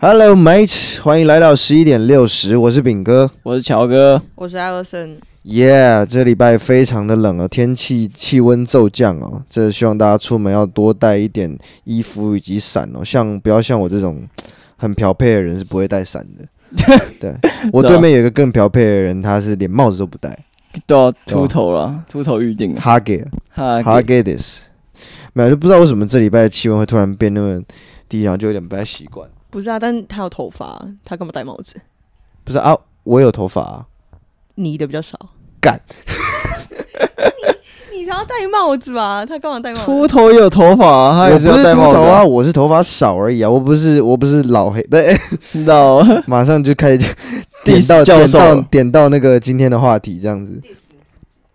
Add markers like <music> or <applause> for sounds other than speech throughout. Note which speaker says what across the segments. Speaker 1: Hello, mates，欢迎来到十一点六十，我是炳哥。
Speaker 2: 我是乔哥，
Speaker 3: 我是艾尔森，
Speaker 1: Yeah，这礼拜非常的冷哦，天气气温骤降哦，这希望大家出门要多带一点衣服以及伞哦，像不要像我这种很漂配的人是不会带伞的。对我对面有一个更漂配的人，他是连帽子都不戴。
Speaker 2: 都要啊秃头了，秃头预定了。
Speaker 1: 哈给
Speaker 2: 哈
Speaker 1: 哈给 this，没有就不知道为什么这礼拜的气温会突然变那么低，然后就有点不太习惯。
Speaker 3: 不是啊，但他有头发，他干嘛戴帽子？
Speaker 1: 不是啊，我有头发、啊，
Speaker 3: 你的比较少，
Speaker 1: 干
Speaker 3: <laughs> 你才要戴帽子吧？他干嘛戴帽子？
Speaker 2: 秃头也有头发啊，他
Speaker 1: 我
Speaker 2: 也
Speaker 1: 不是
Speaker 2: 要戴
Speaker 1: 秃
Speaker 2: 帽子
Speaker 1: 头啊，，我是头发少而已啊，我不是我不是老
Speaker 2: <laughs>
Speaker 1: 黑， <laughs> 不是。
Speaker 2: 你知道吗？
Speaker 1: 马上就开始点
Speaker 2: Diss
Speaker 1: 到
Speaker 2: 教
Speaker 1: 点
Speaker 2: 授啊
Speaker 1: 到点到那个今天的话题，这样子。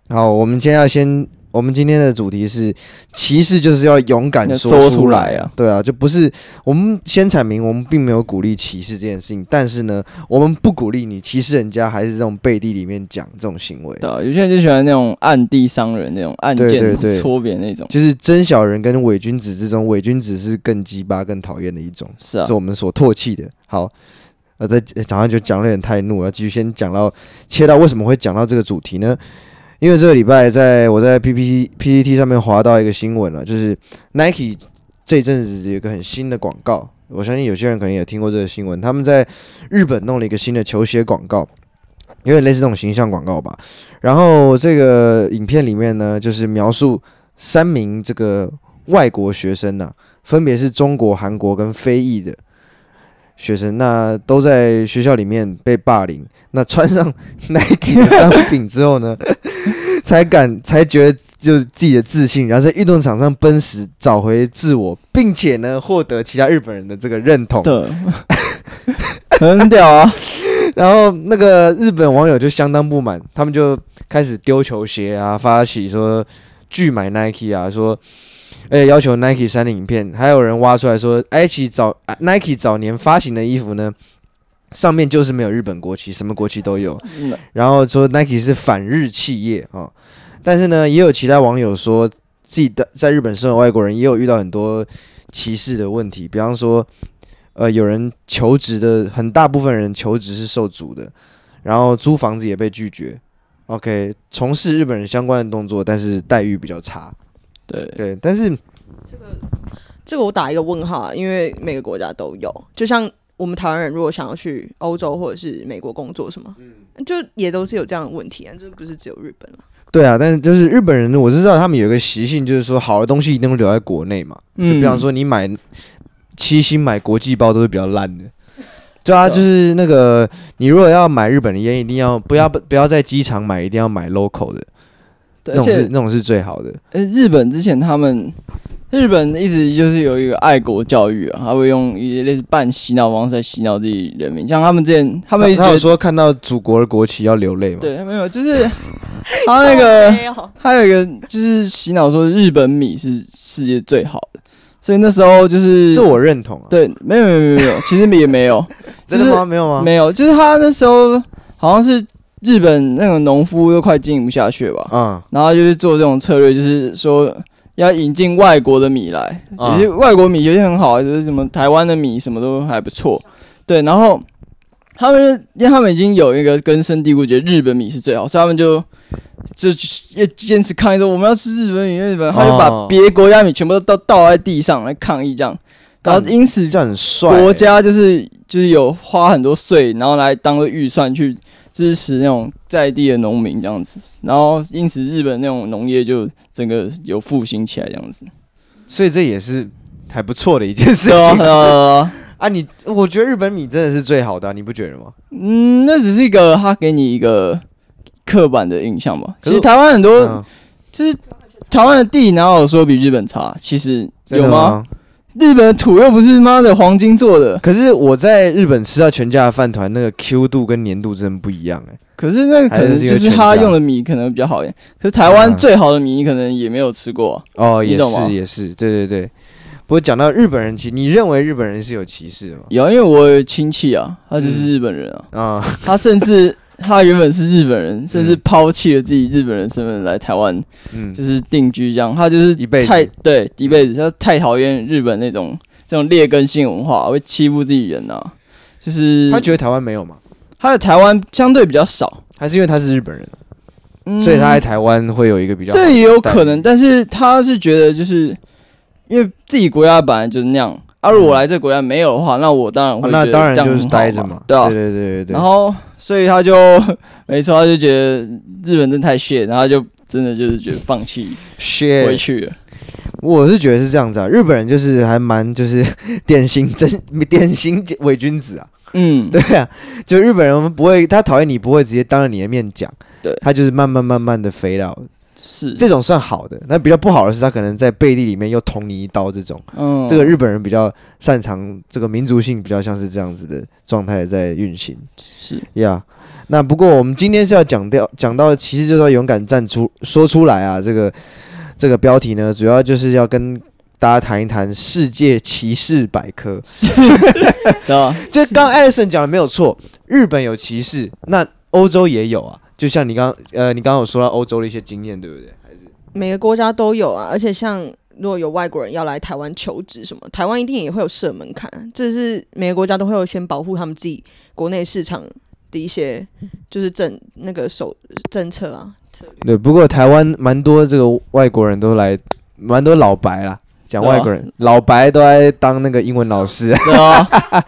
Speaker 1: 好，我们今天要先，我们今天的主题是歧视，就是要勇敢
Speaker 2: 要
Speaker 1: 说
Speaker 2: 说
Speaker 1: 出
Speaker 2: 出
Speaker 1: 来
Speaker 2: 来啊！
Speaker 1: 对啊，就不是我们先阐明，我们并没有鼓励歧视这件事情，但是呢，我们不鼓励你歧视人家，还是这种背地里面讲这种行为，
Speaker 2: 对啊，有些人就喜欢那种暗地伤人、那种暗
Speaker 1: 对对
Speaker 2: 箭
Speaker 1: 对
Speaker 2: 戳别人那种。
Speaker 1: 就是真小人跟伪君子之中，伪君子是更鸡巴、更讨厌的一种。
Speaker 2: 是啊
Speaker 1: 是，我们所唾弃的。好，呃，在呃早上就讲了有点太怒，要继续先讲到切到为什么会讲到这个主题呢？因为这个礼拜在我在 P P P P T 上面划到一个新闻了，就是 Nike 这阵子有一个很新的广告，我相信有些人可能也听过这个新闻，他们在日本弄了一个新的球鞋广告。有点类似这种形象广告吧，然后这个影片里面呢，就是描述三名这个外国学生呢、分别是中国、韩国跟非裔的，学生，那都在学校里面被霸凌。那穿上 <laughs> Nike 的商品之后呢， <laughs> 才敢才觉得就是自己的自信，然后在运动场上奔驰，找回自我，并且呢获得其他日本人的这个认同。
Speaker 2: 对，很屌啊！ <laughs>
Speaker 1: <laughs> 然后那个日本网友就相当不满，他们就开始丢球鞋啊，发起说拒买 Nike 啊，说。而且要求 Nike 删了影片，还有人挖出来说，Nike 早啊 Nike 早年发行的衣服呢，上面就是没有日本国旗，什么国旗都有。
Speaker 2: 嗯
Speaker 1: 然后说 Nike 是反日企业啊、哦但是呢，也有其他网友说自己的在日本生活的外国人也有遇到很多歧视的问题，比方说，呃，有人求职的很大部分人求职是受阻的，然后租房子也被拒绝。OK，从事日本人相关的动作，但是待遇比较差。
Speaker 2: 对，
Speaker 1: 对，但是
Speaker 3: 这个我打一个问号啊，因为每个国家都有。就像我们台湾人如果想要去欧洲或者是美国工作什么，
Speaker 2: 嗯
Speaker 3: 就也都是有这样的问题啊，就不是只有日本了、
Speaker 1: 对啊，但是就是日本人，我是知道他们有一个习性，就是说好的东西一定会留在国内嘛。就
Speaker 2: 嗯
Speaker 1: 比方说你买七星买国际包都是比较烂的。对啊，
Speaker 2: 对啊
Speaker 1: 就是那个你如果要买日本的烟，一定要不要不要在机场买，一定要买 local 的，
Speaker 2: 对
Speaker 1: 那
Speaker 2: 嗯而
Speaker 1: 种是
Speaker 2: 且
Speaker 1: 那种是最好的。
Speaker 2: 呃日本之前他们。日本一直就是有一个爱国教育啊，他会用一些类似半洗脑方式来洗脑自己人民。像他们之前，他
Speaker 1: 他
Speaker 2: 们一直
Speaker 1: 他
Speaker 2: 觉
Speaker 1: 有
Speaker 2: 得
Speaker 1: 说看到祖国的国旗要流泪嘛？
Speaker 2: 对，没有，就是他
Speaker 1: <laughs>
Speaker 2: 那个
Speaker 3: 哦没有
Speaker 2: 还有一个就是洗脑说日本米是世界最好的，所以那时候就是
Speaker 1: 这我认同啊。
Speaker 2: 对，没有没有没有没有，其实也
Speaker 1: <laughs>
Speaker 2: 没有，
Speaker 1: 真的吗？没有吗？
Speaker 2: 没有，就是他那时候好像是日本那个农夫都快经营不下去吧，
Speaker 1: 嗯，
Speaker 2: 然后就是做这种策略，就是说要引进外国的米来，
Speaker 1: 啊
Speaker 2: 有些外国米有些很好，就是什么台湾的米什么都还不错，对，然后他们就因为他们已经有一个根深蒂固觉得日本米是最好，所以他们就。就也坚持抗议说我们要吃日本米，日本，他就
Speaker 1: 哦
Speaker 2: 把别国家米全部都倒倒在地上来抗议这样，然后
Speaker 1: 干
Speaker 2: 因此
Speaker 1: 这样很帅欸、
Speaker 2: 国家就是就是有花很多税，然后来当做预算去支持那种在地的农民这样子，然后因此日本那种农业就整个有复兴起来这样
Speaker 1: <laughs>
Speaker 2: 子。
Speaker 1: 所以这也是还不错的一件事
Speaker 2: 对啊，
Speaker 1: 情
Speaker 2: 对啊对啊
Speaker 1: 啊。你我觉得日本米真的是最好的啊、你不觉得吗？
Speaker 2: 嗯，那只是一个他给你一个刻板的印象吧。
Speaker 1: 可
Speaker 2: 其
Speaker 1: 是
Speaker 2: 实台湾很多、
Speaker 1: 嗯
Speaker 2: 就是台湾的地哪有说比日本差？其实
Speaker 1: 真
Speaker 2: 有
Speaker 1: 的
Speaker 2: 吗？？日本的土又不是妈的黄金做的，
Speaker 1: 可是我在日本吃到全家的饭团，那个 Q 度跟粘度真的不一样哎、
Speaker 2: 可是那个可能就是他用的米可能比较好一点，可是台湾最好的米你可能也没有吃过啊、
Speaker 1: 哦，
Speaker 2: 你
Speaker 1: 也
Speaker 2: 懂吗
Speaker 1: 是也是，对对对。不过讲到日本人歧，你认为日本人是有歧视的吗？
Speaker 2: 有啊，因为我有亲戚啊，他就是日本人啊，
Speaker 1: 啊、
Speaker 2: 他甚至他原本是日本人，甚至抛弃了自己日本人身份来台湾，
Speaker 1: 嗯，
Speaker 2: 就是定居这样。他就是
Speaker 1: 一辈子
Speaker 2: 太对一辈子，他太讨厌日本那种这种劣根性文化，会欺负自己人啊。就是
Speaker 1: 他觉得台湾没有嘛？
Speaker 2: 他的台湾相对比较少，
Speaker 1: 还是因为他是日本人，
Speaker 2: 嗯
Speaker 1: 所以他在台湾会有一个比较好的
Speaker 2: 这也有可
Speaker 1: 待遇
Speaker 2: 能，但是他是觉得就是因为自己国家本来就是那样，啊，如果我来这个国家没有的话，那我当然
Speaker 1: 啊
Speaker 2: 会
Speaker 1: 那
Speaker 2: 觉得
Speaker 1: 当然
Speaker 2: 这样
Speaker 1: 就是
Speaker 2: 很好
Speaker 1: 待着嘛，
Speaker 2: 对啊
Speaker 1: 对对对对对。
Speaker 2: 然后所以他就 <laughs> 没错，他就觉得日本真的太 shit，然后他就真的就是觉得放弃回
Speaker 1: shit，
Speaker 2: 去了。
Speaker 1: 我是觉得是这样子啊，日本人就是还蛮就是 <laughs> 典型真典型伪君子啊，
Speaker 2: 嗯，
Speaker 1: <laughs> 对啊，就日本人不会他讨厌你不会直接当着你的面讲，
Speaker 2: 对
Speaker 1: 他就是慢慢慢慢的飞到，
Speaker 2: 是
Speaker 1: 这种算好的，那比较不好的是他可能在背地里面又捅你一刀这种。
Speaker 2: 嗯
Speaker 1: 这个日本人比较擅长这个民族性，比较像是这样子的状态在运行
Speaker 2: 是
Speaker 1: 呀。Yeah, 那不过我们今天是要讲掉讲到，其实就是要勇敢站出说出来啊。这个这个标题呢，主要就是要跟大家谈一谈世界歧视百科。
Speaker 2: 对吧？
Speaker 1: 就刚 Alison 讲的没有错，日本有歧视，那欧洲也有啊。就像你刚呃，你刚刚有说到欧洲的一些经验，对不对？
Speaker 3: 每个国家都有啊，而且像如果有外国人要来台湾求职什么，台湾一定也会有设门槛，啊这是每个国家都会有先保护他们自己国内市场的一些就是政那个手政策啊。
Speaker 1: 对，不过台湾蛮多这个外国人都来，蛮多老白啦，讲
Speaker 2: 对啊
Speaker 1: 外国人、老白都在当那个英文老
Speaker 2: <laughs>
Speaker 1: 师。
Speaker 2: 对吧？
Speaker 1: <laughs>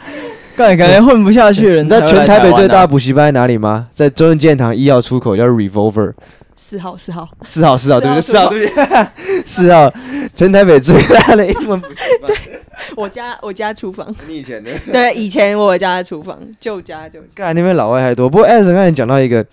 Speaker 2: 感感觉混不下去的人
Speaker 1: 你
Speaker 2: 才
Speaker 1: 知
Speaker 2: 会
Speaker 1: 道
Speaker 2: 来
Speaker 1: 全
Speaker 2: 台
Speaker 1: 台北最大的
Speaker 2: 湾啊
Speaker 1: 补习班在哪里吗？在中正纪念堂一号出口叫 Revolver，
Speaker 3: 四号，四号，
Speaker 1: 四号四号对不对？
Speaker 3: 四
Speaker 1: 四
Speaker 3: 号
Speaker 1: 号对不对？四号，全台北最大的英文补习班。
Speaker 3: 我家我家厨房，
Speaker 1: 你以前的，
Speaker 3: 对，以前我家的厨房，旧家旧家，
Speaker 1: 看那边老外还多。不过艾森刚才讲到一个，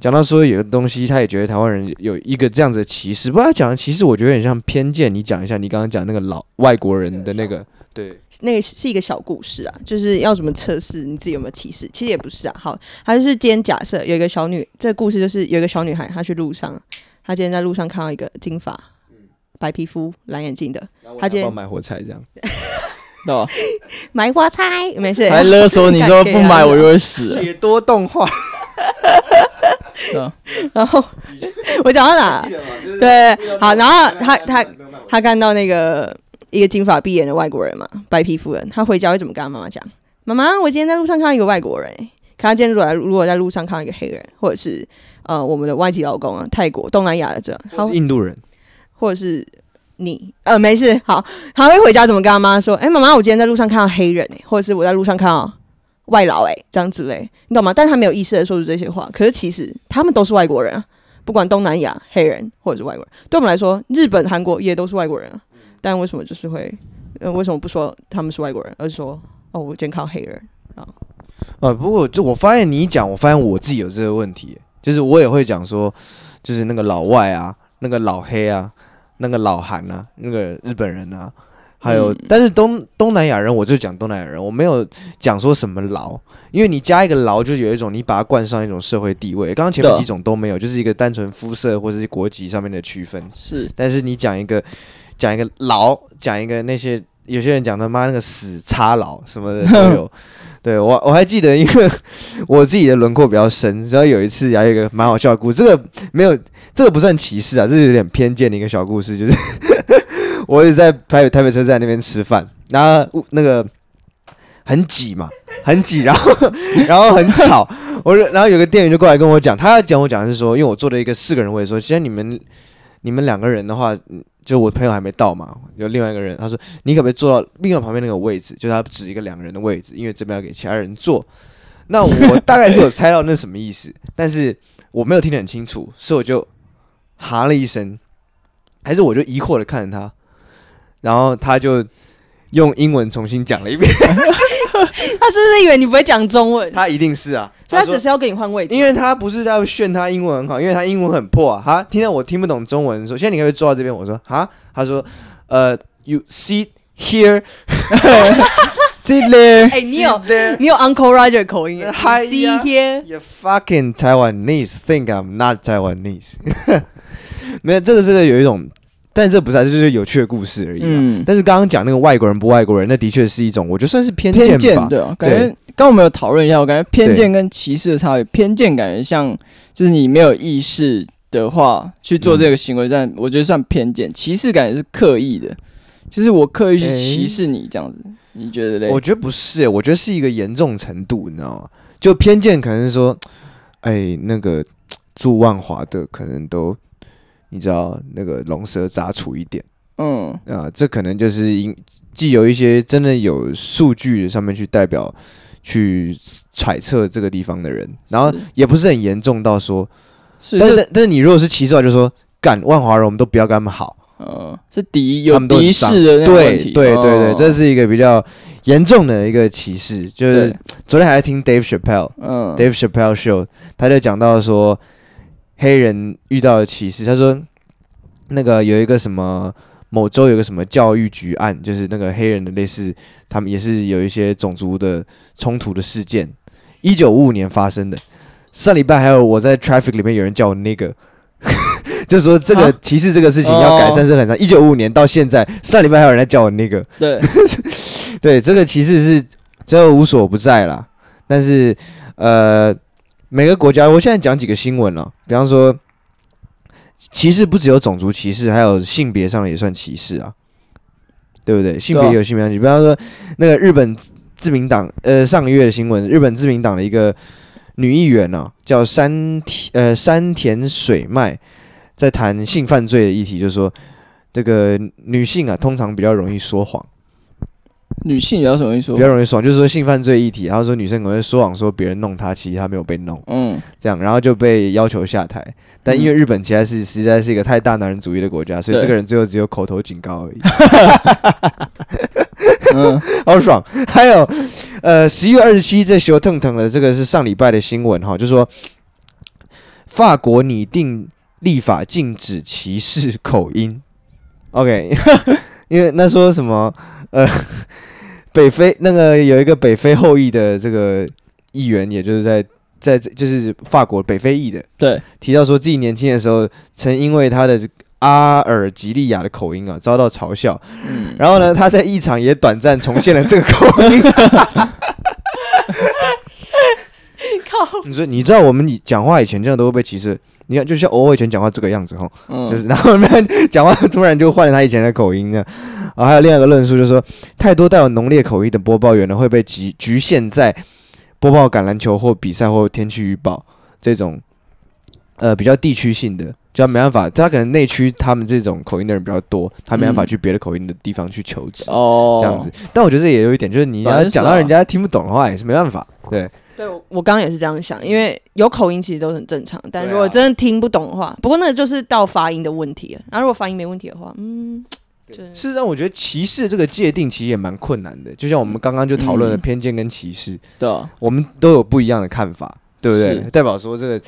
Speaker 1: 讲到说有个东西，他也觉得台湾人有一个这样子的歧视。不过他讲的歧视，我觉得有点像偏见。你讲一下，你刚刚讲那个老外国人的那个，对。
Speaker 3: 那个是一个小故事啊，就是要怎么测试你自己有没有歧视？其实也不是啊，好，他就是今天假设有一个小女，这个故事就是有一个小女孩，她去路上，她今天在路上看到一个金发、白皮肤、蓝眼睛的，他今天
Speaker 1: 帮我买火柴这样。
Speaker 2: 对吧？
Speaker 3: 买花菜，没事，
Speaker 2: 还勒索你说不买我就会死了，
Speaker 1: 写多动 <laughs> 画，
Speaker 2: 对吧？
Speaker 3: <laughs> 然后 <laughs> 我讲到哪？对，好，然后他他他看到那个一个金发碧眼的外国人嘛，白皮肤人，他回家会怎么跟他妈妈讲？妈妈，我今天在路上看到一个外国人、欸，可他今天如果在如果在路上看到一个黑人，或者是呃我们的外籍劳工啊，泰国、东南亚的这，他
Speaker 1: 是印度人，
Speaker 3: 或者是你，呃，没事，好，他会回家怎么跟他妈说？哎、妈妈，我今天在路上看到黑人、欸，或者是我在路上看到外劳、欸，哎，这样之类，你懂吗？但是他没有意识的说出这些话，可是其实他们都是外国人啊，不管东南亚黑人或者是外国人，对我们来说，日本、韩国也都是外国人啊。但为什么就是会，呃，为什么不说他们是外国人，而是说哦，我今天看到黑人？
Speaker 1: 啊，不过就我发现你一讲，我发现我自己有这个问题，就是我也会讲说，就是那个老外啊，那个老黑啊，那个老韩啊，那个日本人啊，还有，但是东东南亚人，我就讲东南亚人，我没有讲说什么老，因为你加一个老，就有一种你把它冠上一种社会地位。刚刚前面
Speaker 2: 对啊
Speaker 1: 几种都没有，就是一个单纯肤色或者是国籍上面的区分。 <laughs>
Speaker 2: 是
Speaker 1: 但是你讲一个讲一个牢，讲一个那些有些人讲他妈那个死叉牢什么的都有。对我我还记得，因为我自己的轮廓比较深，然后有一次还有一个蛮好笑的故事，这个没有这个不算歧视啊，这是有点偏见的一个小故事，就是 <laughs> 我也在台北台北车站那边吃饭，然后那个很挤嘛，很挤，然后 <laughs> 然后很吵，我就然后有个店员就过来跟我讲，他要讲我讲的是说，因为我坐了一个四个人位，说，既然你们你们两个人的话，嗯就我朋友还没到嘛，有另外一个人，他说你可不可以坐到另外旁边那个位置，就是他指一个两个人的位置，因为这边要给其他人坐。那我大概是有猜到那是什么意思，但是我没有听得很清楚，所以我就哈了一声，还是我就疑惑的看着他，然后他就用英文重新讲了一遍，
Speaker 3: <laughs> 他是不是以为你不会讲中文？
Speaker 1: 他一定是啊，
Speaker 3: 所以他
Speaker 1: 说
Speaker 3: 只是要跟你换位置，
Speaker 1: 因为他不是在炫他英文很好，因为他英文很破啊。他听到我听不懂中文，说现在你可不可以坐到这边？我说哈，他说呃，you sit here，
Speaker 2: sit there，
Speaker 3: 哎、你有
Speaker 1: sit there,
Speaker 3: 你有 Uncle Roger 口音、
Speaker 1: <laughs> 嗨
Speaker 3: 欸，
Speaker 1: 呀
Speaker 3: 西耶。
Speaker 1: you fucking Taiwanese think I'm not Taiwanese 。 <laughs> 没有，这个这个有一种，但这不是啊，这就是有趣的故事而已、啊。
Speaker 2: 嗯，
Speaker 1: 但是刚刚讲那个外国人不外国人，那的确是一种，我觉得算是偏
Speaker 2: 偏
Speaker 1: 见
Speaker 2: 见
Speaker 1: 吧。
Speaker 2: 对啊，感觉刚刚我们有讨论一下，我感觉偏
Speaker 1: 对
Speaker 2: 见跟歧视的差别，偏见感觉像就是你没有意识的话去做这个行为，但我觉得算偏见，歧视感觉是刻意的，就是我刻意去
Speaker 1: 诶
Speaker 2: 歧视你这样子，你觉得嘞？
Speaker 1: 我觉得不是、欸我觉得是一个严重程度，你知道吗？就偏见可能是说，哎，那个住万华的可能都，你知道那个龙蛇杂处一点
Speaker 2: 嗯
Speaker 1: 啊、这可能就是因既有一些真的有数据上面去代表去揣测这个地方的人，然后
Speaker 2: 是
Speaker 1: 也不是很严重到说，
Speaker 2: 是
Speaker 1: 但是
Speaker 2: 是
Speaker 1: 但但是你如果是歧视的话，就说干万华人我们都不要跟他们好。
Speaker 2: 呃是敌有
Speaker 1: 他们都很
Speaker 2: 敌
Speaker 1: 脏
Speaker 2: 视的那种问
Speaker 1: 对
Speaker 2: 题，
Speaker 1: 对对对，
Speaker 2: 哦
Speaker 1: 这是一个比较严重的一个歧视。就是
Speaker 2: 对
Speaker 1: 昨天还在听 Dave Chappelle、
Speaker 2: 嗯
Speaker 1: Dave Chappelle Show，他就讲到说黑人遇到的歧视，他说那个有一个什么。某州有个什么教育局案，就是那个黑人的类似，他们也是有一些种族的冲突的事件，一九五五年发生的。上礼拜还有我在 traffic 里面有人叫我 nigger，就说这个
Speaker 2: 啊
Speaker 1: 歧视这个事情要改
Speaker 2: 哦
Speaker 1: 善是很长。一九五五年到现在，上礼拜还有人在叫我 nigger， <laughs>
Speaker 2: 对，
Speaker 1: 对，这个歧视是真的无所不在啦。但是，呃，每个国家，我现在讲几个新闻了，比方说，歧视不只有种族歧视，还有性别上也算歧视啊，对不对？性别
Speaker 2: 对啊
Speaker 1: 也有性别上歧视，比方说那个日本自自民党，呃，上个月的新闻，日本自民党的一个女议员呢、叫山田，呃，山田水麦，在谈性犯罪的议题，就说这个女性啊，通常比较容易说谎。
Speaker 2: 女性比较容易说
Speaker 1: 比，较容易爽，就是说性犯罪议题，然后说女生可能会说谎说别人弄她，其实她没有被弄，
Speaker 2: 嗯
Speaker 1: 这样，然后就被要求下台。但因为日本其实是实在是一个太大男人主义的国家，所以
Speaker 2: 对
Speaker 1: 这个人最后只有口头警告而已， <laughs>
Speaker 2: 嗯
Speaker 1: 好爽。还有，呃，十一月二十七这熊腾腾的这个是上礼拜的新闻哈，就说法国拟定立法禁止歧视口音。OK，因 <laughs> 为那说什么呃，北非那个有一个北非后裔的这个议员，也就是在在就是法国北非裔的，
Speaker 2: 对，
Speaker 1: 提到说自己年轻的时候曾因为他的阿尔及利亚的口音啊遭到嘲笑，然后呢，他在一场也短暂重现了这个口音。
Speaker 3: 靠，
Speaker 1: 你说你知道我们以讲话以前这样都会被歧视，你看就像偶尔以前讲话这个样子哈，
Speaker 2: 嗯
Speaker 1: 就是然 <laughs> 后呢讲话突然就换了他以前的口音呢。啊，还有另外一个论述就是说，太多带有浓烈口音的播报员呢会被局局限在播报橄榄球或比赛或天气预报这种呃比较地区性的，就他没办法，他可能内区他们这种口音的人比较多，他没办法
Speaker 2: 嗯
Speaker 1: 去别的口音的地方去求职。
Speaker 2: 哦
Speaker 1: 这样子，但我觉得这也有一点，就是你
Speaker 2: 反
Speaker 1: 要
Speaker 2: 正是
Speaker 1: 讲到
Speaker 2: 啊嗯
Speaker 1: 人家听不懂的话，也是没办法。对，
Speaker 3: 对我我刚刚也是这样想，因为有口音其实都很正常，但
Speaker 1: 对啊
Speaker 3: 如果真的听不懂的话，不过那个就是到发音的问题了。然后如果发音没问题的话，嗯，就是
Speaker 1: 事实上，我觉得歧视这个界定其实也蛮困难的。就像我们刚刚就讨论了
Speaker 2: 嗯
Speaker 1: 偏见跟歧视，
Speaker 2: 对啊，
Speaker 1: 我们都有不一样的看法，对不对
Speaker 2: 是？
Speaker 1: 代表说这个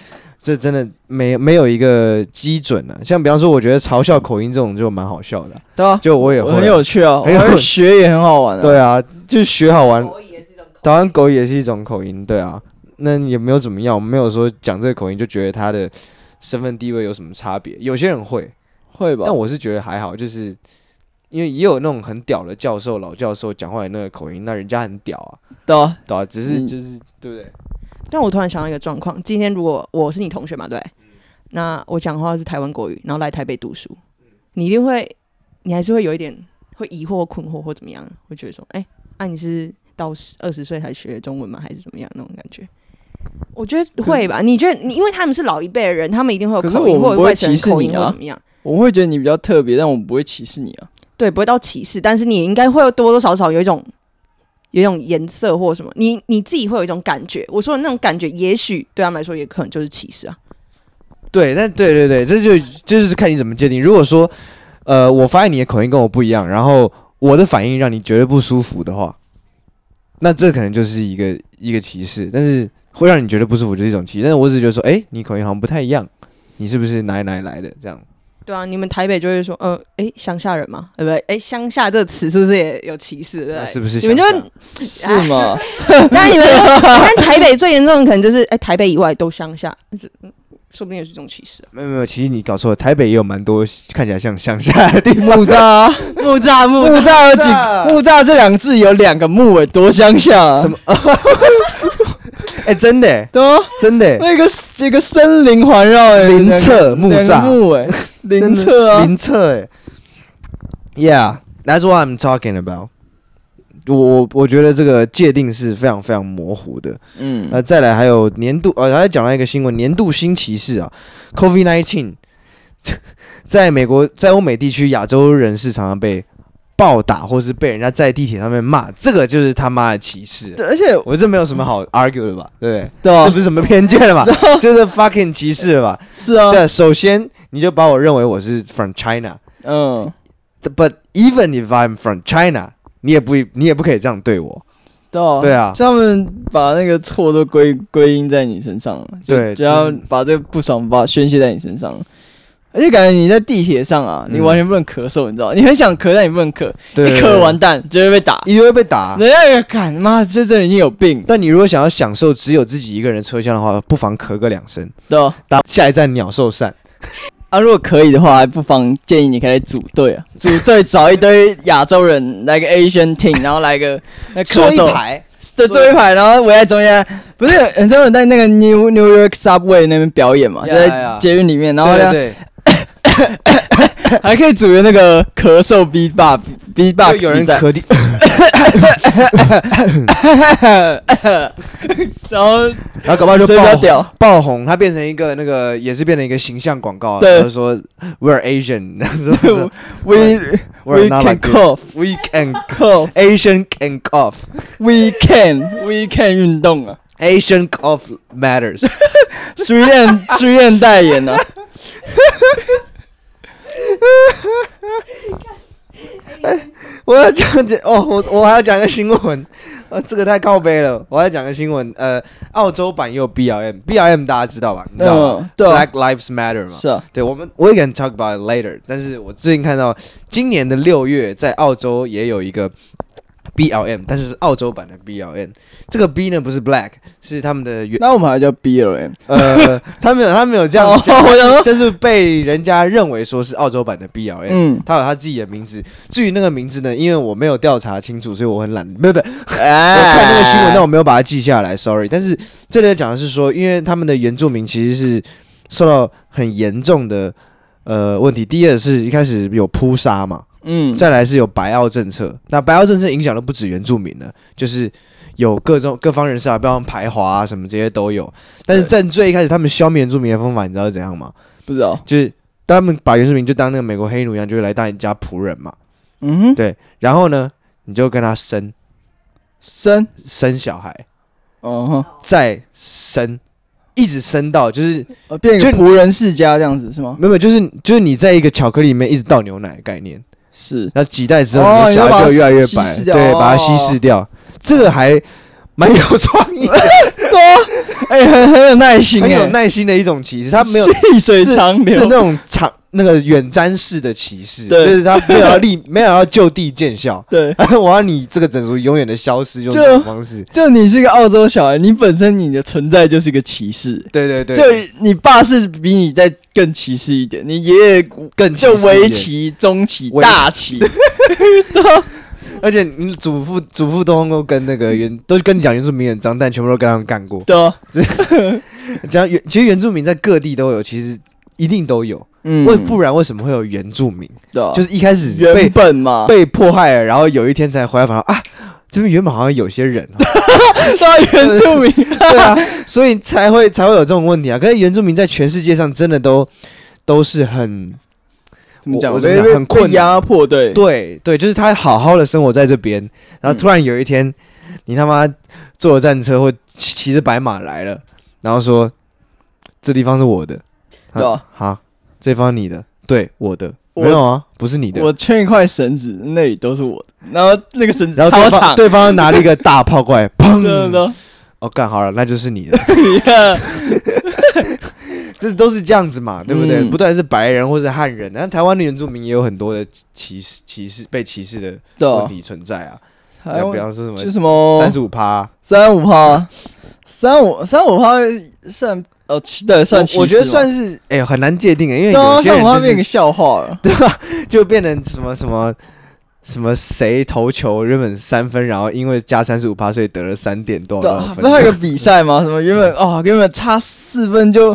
Speaker 1: 这真的没没有一个基准呢、啊。像比方说，我觉得嘲笑口音这种就蛮好笑的啊、
Speaker 2: 对啊，
Speaker 1: 就我也
Speaker 2: 我
Speaker 1: 会
Speaker 2: 很
Speaker 1: 啊、
Speaker 2: 有趣啊，我
Speaker 1: 很有
Speaker 2: 觉得学也很好玩啊，
Speaker 1: 对啊，就学好玩。台湾狗也是一种口音，对啊，那也没有怎么样，我们没有说讲这个口音就觉得他的身份地位有什么差别。有些人会，
Speaker 2: 会吧
Speaker 1: 但？我是觉得还好，就是因为也有那种很屌的教授、老教授讲话的那个口音，那人家很屌啊，
Speaker 2: 对啊，
Speaker 1: 对啊，只是
Speaker 2: 嗯
Speaker 1: 就是、对不对？
Speaker 3: 但我突然想到一个状况，今天如果我是你同学嘛，对，
Speaker 2: 嗯
Speaker 3: 那我讲话是台湾国语，然后来台北读书，你一定会，你还是会有一点会疑惑、困惑或怎么样，会觉得说，哎、那、你是到二十岁才学中文吗？还是怎么样那种感觉？我觉得会吧，你觉得你因为他们是老一辈的人，他们一定会有
Speaker 2: 可是
Speaker 3: 口音
Speaker 2: 我们
Speaker 3: 或者
Speaker 2: 不会
Speaker 3: 外省人
Speaker 2: 歧视你
Speaker 3: 口音
Speaker 2: 啊
Speaker 3: 或怎么样，
Speaker 2: 我会觉得你比较特别，但我不会歧视你啊。
Speaker 1: <laughs>
Speaker 3: 对，不会到歧视，但是你应该会多多少少有一种有一种颜色或什么，你你自己会有一种感觉。我说的那种感觉，也许对他们来说也可能就是歧视啊。
Speaker 1: 对，但对对对，这就这就是看你怎么界定。如果说，呃，我发现你的口音跟我不一样，然后我的反应让你觉得不舒服的话，那这可能就是一个一个歧视，但是会让你觉得不舒服就是一种歧视。但是我只是觉得说，哎，你口音好像不太一样，你是不是哪里哪里来的？这样
Speaker 3: 对啊，你们台北就会说，呃，诶，乡下人嘛，对不对？诶，乡下这个词是不是也有歧视？对
Speaker 1: 那
Speaker 3: 不
Speaker 1: 是
Speaker 3: 对？
Speaker 1: 不是
Speaker 3: 你们就
Speaker 1: 乡下 <laughs>
Speaker 2: 是吗？
Speaker 3: 当然你们就，但台北最严重的可能就是，诶，台北以外都乡下，是嗯说不定也是一种歧视、啊。
Speaker 1: 没有没有，其实你搞错了，台北也有蛮多看起来像 <laughs> 乡下的地方。
Speaker 3: <laughs>
Speaker 2: 木栅，
Speaker 3: 木栅
Speaker 2: 木
Speaker 3: 木
Speaker 1: 啊
Speaker 2: 栅
Speaker 1: <laughs>
Speaker 2: 有几
Speaker 1: 栅
Speaker 2: 木栅这两个字有两个木诶，多乡下啊！
Speaker 1: 什么？哎、真的欸、
Speaker 2: 对啊，
Speaker 1: 真的欸、
Speaker 2: 那个一个森林环绕诶，
Speaker 1: 林
Speaker 2: 两个
Speaker 1: 侧木栅
Speaker 2: 两个木
Speaker 1: <laughs>
Speaker 2: 诶，
Speaker 1: 真
Speaker 2: 林
Speaker 1: 的欸
Speaker 2: 侧啊，
Speaker 1: 邻侧哎。Yeah, that's what I'm talking about. 我我我觉得这个界定是非常非常模糊的。
Speaker 2: 嗯，
Speaker 1: 那再来还有年度，呃，还讲到一个新闻，年度新歧视啊，COVID nineteen，在美国，在欧美地区，亚洲人士常常被暴打，或是被人家在地铁上面骂，这个就是他妈的歧视。
Speaker 2: 对，而且
Speaker 1: 我这没有什么好 argue 的吧？对不对，
Speaker 2: 对啊
Speaker 1: 这，不是什么偏见
Speaker 2: <laughs>
Speaker 1: 了吧？就是 fucking 歧视了吧？
Speaker 2: 是啊，
Speaker 1: 对，首先你就把我认为我是 from China，but
Speaker 2: 嗯，
Speaker 1: even if I'm from China，你也不你也不可以这样对我。
Speaker 2: 对啊，
Speaker 1: 对啊
Speaker 2: 所以他们把那个错都归归因在你身上了，就
Speaker 1: 对
Speaker 2: 就
Speaker 1: 就
Speaker 2: 要
Speaker 1: 是
Speaker 2: 把这个不爽把它宣泄在你身上了。而且感觉你在地铁上啊，你
Speaker 1: 嗯
Speaker 2: 完全不能咳嗽，你知道吗？你很想咳，但你不能咳，
Speaker 1: 对，
Speaker 2: 一
Speaker 1: 对啊
Speaker 2: 咳完，蛋就会被打。
Speaker 1: 对一定会被打。
Speaker 2: 人家也敢妈，这这人已经有病，
Speaker 1: 但你如果想要享受只有自己一个人车厢的话，不妨咳个两声。
Speaker 2: 对吧？
Speaker 1: 打下一站鸟兽散，
Speaker 2: 啊，如果可以的话，还不妨建议你可以来组队啊，组队找一堆亚洲人，来个 Asian team，然后来个那哎咳
Speaker 1: 坐一
Speaker 2: 嗽，
Speaker 1: 排，
Speaker 2: 对，坐一排，然后围在中间。不是很多人在那个 New New York Subway 那边表演嘛，就
Speaker 1: Yeah,
Speaker 2: 在
Speaker 1: yeah.
Speaker 2: 捷运里面，然后
Speaker 1: 对
Speaker 2: 呢
Speaker 1: 对
Speaker 2: 还可以组个那个咳嗽 B box
Speaker 1: 对，
Speaker 2: B box
Speaker 1: 就有人
Speaker 2: 比赛，
Speaker 1: 咳地，
Speaker 2: 然后
Speaker 1: 然后搞不好就
Speaker 2: 所以比
Speaker 1: 爆
Speaker 2: 较
Speaker 1: 红
Speaker 2: 屌，
Speaker 1: 爆红，它变成一个那个也是变成一个形象广告，
Speaker 2: 对
Speaker 1: 然后说 We're Asian，然
Speaker 2: <laughs>
Speaker 1: 后说
Speaker 2: <laughs> We
Speaker 1: We're
Speaker 2: We
Speaker 1: not
Speaker 2: can
Speaker 1: like this
Speaker 2: cough
Speaker 1: We can
Speaker 2: cough
Speaker 1: Asian can cough
Speaker 2: We can We can 运动啊
Speaker 1: Asian cough matters，
Speaker 2: ，Three <laughs> N Three N 代言啊，
Speaker 1: <laughs> 我要讲讲哦，我我还要讲一个新闻，呃，这个太靠背了，我还要讲个新闻，呃，澳洲版也有 BLM，BLM 大家知道吧？你知道吗
Speaker 2: 嗯，对啊
Speaker 1: Black，Lives Matter 嘛，
Speaker 2: 是啊，
Speaker 1: 对我们，we can talk about it later。但是我最近看到，今年的六月在澳洲也有一个 BLM，但是是澳洲版的 BLM。这个 B 呢不是 black，是他们的原
Speaker 2: 那我们还叫 BLM，
Speaker 1: 呃，
Speaker 2: <laughs>
Speaker 1: 他们有他们有这样
Speaker 2: 哦
Speaker 1: 讲，
Speaker 2: 我想说
Speaker 1: 就是被人家认为说是澳洲版的 BLM。
Speaker 2: 嗯，
Speaker 1: 他有他自己的名字，至于那个名字呢，因为我没有调查清楚，所以我很懒，没有没有
Speaker 2: 哎
Speaker 1: 我看那个新闻，但我没有把它记下来，sorry。但是这里讲的是说，因为他们的原住民其实是受到很严重的呃问题。第一个是一开始有扑杀嘛，
Speaker 2: 嗯，
Speaker 1: 再来是有白澳政策。那白澳政策影响的不止原住民了，就是有各种各方人士啊，包括排华啊什么这些都有。但是
Speaker 2: 对
Speaker 1: 站最一开始，他们消灭原住民的方法，你知道是怎样吗？
Speaker 2: 不知道，
Speaker 1: 就是他们把原住民就当那个美国黑奴一样，就是来当你家仆人嘛。
Speaker 2: 嗯哼，
Speaker 1: 对，然后呢，你就跟他生
Speaker 2: 生，
Speaker 1: 生小孩。
Speaker 2: 哦哼。
Speaker 1: 再生，一直生到就是
Speaker 2: 呃，变一个
Speaker 1: 就
Speaker 2: 仆人世家这样子是吗？
Speaker 1: 没有，就是就是你在一个巧克力里面一直倒牛奶的概念，
Speaker 2: 是，
Speaker 1: 然后几代之后，
Speaker 2: 哦
Speaker 1: 你的小
Speaker 2: 你就把
Speaker 1: 孩
Speaker 2: 它
Speaker 1: 就越来越
Speaker 2: 稀
Speaker 1: 白，
Speaker 2: 释掉
Speaker 1: 对，把它稀
Speaker 2: 哦
Speaker 1: 释掉，这个还蛮有创意的，
Speaker 2: 哎、很 <laughs> 很有耐心、欸，
Speaker 1: 很有耐心的一种歧视，他没有
Speaker 2: 细水
Speaker 1: 这
Speaker 2: 长
Speaker 1: 是
Speaker 2: 流
Speaker 1: 那，种长那个远瞻式的歧视，就
Speaker 2: 对。
Speaker 1: 是他没有要立， <laughs> 没有要就地见效 <laughs>
Speaker 2: 对，
Speaker 1: 我要你这个整族永远的消失，用
Speaker 2: 就
Speaker 1: 这种方式。
Speaker 2: 就你是个澳洲小孩，你本身你的存在就是一个歧视。
Speaker 1: 对对对，
Speaker 2: 就你爸是比你再更歧视一点，你爷爷
Speaker 1: 更歧视
Speaker 2: 就
Speaker 1: 一点
Speaker 2: 围棋、中棋、
Speaker 1: 围
Speaker 2: 大棋，
Speaker 1: <laughs> 而且你祖父祖父都能够跟那个原 <laughs> 都跟你讲原住民很脏，但全部都跟他们干过。
Speaker 2: 对啊，
Speaker 1: 讲原其实原住民在各地都有，其实一定都有。
Speaker 2: 嗯
Speaker 1: 为、不然为什么会有原住民？
Speaker 2: 对啊，
Speaker 1: 就是一开始被
Speaker 2: 原本嘛，
Speaker 1: <laughs> 被迫害了，然后有一天才回来，反而啊，这边原本好像有些人哦、 <laughs>
Speaker 2: 到原住民，
Speaker 1: 对啊，所以才会才会有这种问题啊。可是原住民在全世界上真的都都是很
Speaker 2: 怎么讲？
Speaker 1: 我我怎么
Speaker 2: 被
Speaker 1: 讲
Speaker 2: 被
Speaker 1: 很困
Speaker 2: 被压迫，对，嗯
Speaker 1: 对对，就是他好好的生活在这边，然后突然有一天，你他妈坐着战车或骑骑着白马来了，然后说这地方是我的，
Speaker 2: 对啊
Speaker 1: 好，这地方你的，对我的，
Speaker 2: 我
Speaker 1: 没有啊，不是你的。
Speaker 2: 我圈一块绳子，那里都是我的，然后那个绳子
Speaker 1: 然后
Speaker 2: 超
Speaker 1: 对
Speaker 2: 长
Speaker 1: 方，对方拿了一个大炮
Speaker 2: <laughs>
Speaker 1: 过来，
Speaker 2: 对对
Speaker 1: 砰！
Speaker 2: 对
Speaker 1: 哦，干好了，那就是你的， <laughs> 嗯
Speaker 2: Yeah
Speaker 1: 这都是这样子嘛，对不对？
Speaker 2: 嗯
Speaker 1: 不但是白人或是汉人，但台湾的原住民也有很多的歧视、歧视被歧视的
Speaker 2: 对啊
Speaker 1: 问，题存在啊。
Speaker 2: 台
Speaker 1: 比
Speaker 2: 湾
Speaker 1: 方说什么
Speaker 2: 就什么
Speaker 1: 三十五趴，啊
Speaker 2: 三五趴，三五三五趴算呃，其对，算歧视
Speaker 1: 我我觉得
Speaker 2: 嘛
Speaker 1: 算是哎、很难界定哎、因为
Speaker 2: 对啊，
Speaker 1: 有些
Speaker 2: 三
Speaker 1: 人
Speaker 2: 五趴
Speaker 1: 就
Speaker 2: 变个
Speaker 1: 是
Speaker 2: 笑话了。
Speaker 1: 就变成什么什么什么谁投球原本三分，然后因为加三十五趴，所以得了三点多少
Speaker 2: 对
Speaker 1: 多
Speaker 2: 啊
Speaker 1: 少，
Speaker 2: 不是还
Speaker 1: 分。
Speaker 2: 有个比赛吗？什么原本哦，原本差四分就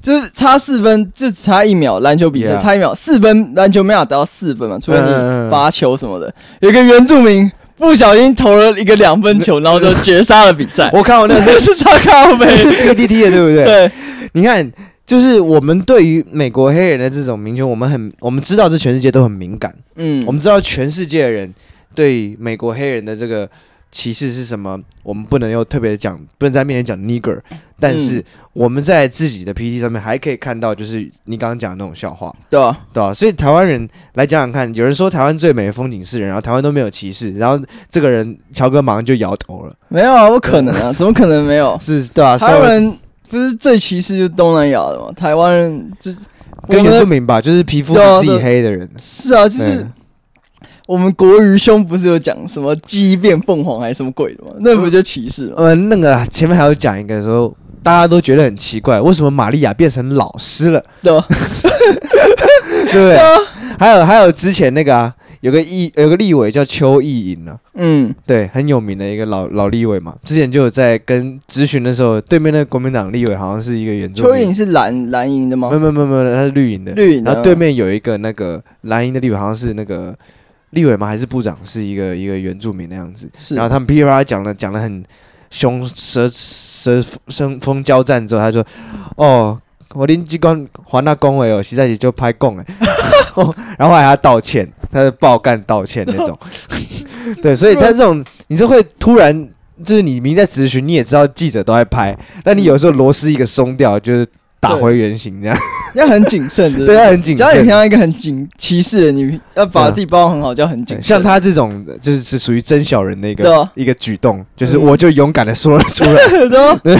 Speaker 2: 就是差四分，就只差一秒。篮球比赛
Speaker 1: Yeah
Speaker 2: 差一秒，四分篮球没有得到四分嘛，除非
Speaker 1: 嗯嗯嗯
Speaker 2: 你罚球什么的。有一个原住民不小心投了一个两分球，然后就绝杀了比赛。
Speaker 1: 我看我那是
Speaker 2: <laughs> 这是超靠
Speaker 1: 是
Speaker 2: <laughs> 背，
Speaker 1: PDT 的，对不对？
Speaker 2: 对，
Speaker 1: 你看，就是我们对于美国黑人的这种民权，我们很我们知道这全世界都很敏感，
Speaker 2: 嗯，
Speaker 1: 我们知道全世界的人对美国黑人的这个歧视是什么，我们不能又特别讲，不能在面前讲 nigger，但
Speaker 2: 嗯
Speaker 1: 是我们在自己的 PPT 上面还可以看到，就是你刚刚讲的那种笑话，
Speaker 2: 对啊，
Speaker 1: 对吧、所以台湾人来讲讲看，有人说台湾最美的风景是人，然后台湾都没有歧视，然后这个人乔哥马上就摇头了，
Speaker 2: 没有啊，不可能啊，怎么可能没有？
Speaker 1: 是，对啊，
Speaker 2: 台
Speaker 1: 稍微
Speaker 2: 湾人不是最歧视就是东南亚的嘛？台湾人就
Speaker 1: 跟原
Speaker 2: 我们
Speaker 1: 住民吧，就是皮肤比
Speaker 2: 对啊
Speaker 1: 自己
Speaker 2: 对
Speaker 1: 黑的人，
Speaker 2: 是啊，就是
Speaker 1: 嗯
Speaker 2: 我们国语兄不是有讲什么鸡变凤凰还是什么鬼的吗？那不就歧视吗？
Speaker 1: 呃，那个前面还有讲一个说，大家都觉得很奇怪，为什么玛利亚变成老师了，
Speaker 2: 对吧？
Speaker 1: <laughs> 对不对？还有还有之前那个啊，有个议有个立委叫邱意莹啊，
Speaker 2: 嗯，
Speaker 1: 对，很有名的一个老老立委嘛，之前就有在跟咨询的时候，对面那个国民党立委好像是一个原住
Speaker 2: 蚯蚓
Speaker 1: 民，
Speaker 2: 是蓝蓝营的吗
Speaker 1: 没有？没有没有没有，他是绿营的，
Speaker 2: 绿营的嗯
Speaker 1: 然后啊对面有一个那个蓝营的立委，好像是那个立委吗？还是部长？是一个一个原住民那样子。
Speaker 2: 是
Speaker 1: 然后他们噼里啪啦讲了讲的很凶，舌舌声风交战之后，他说：“哦，我林机关还那恭维哦，实在是就拍供哎。” <laughs> 然后还要道歉，他是爆干道歉那种。 <laughs> 对，所以他这种你是会突然。就是你明明在咨询，你也知道记者都在拍，但你有时候螺丝一个松掉，就是打
Speaker 2: 对
Speaker 1: 回原形这样。
Speaker 2: 要很谨慎的，
Speaker 1: 对，他很谨
Speaker 2: 只要你
Speaker 1: 慎
Speaker 2: 看。到一个很谨歧视的，你要把
Speaker 1: 嗯
Speaker 2: 自己包很好，就要很谨
Speaker 1: 对
Speaker 2: 慎。
Speaker 1: 像他这种，就是是属于真小人的一
Speaker 2: 对
Speaker 1: 个、
Speaker 2: 啊
Speaker 1: 一个举动，就是
Speaker 2: 嗯
Speaker 1: 我就勇敢的说了出来，
Speaker 2: <laughs> 很多，
Speaker 1: 对，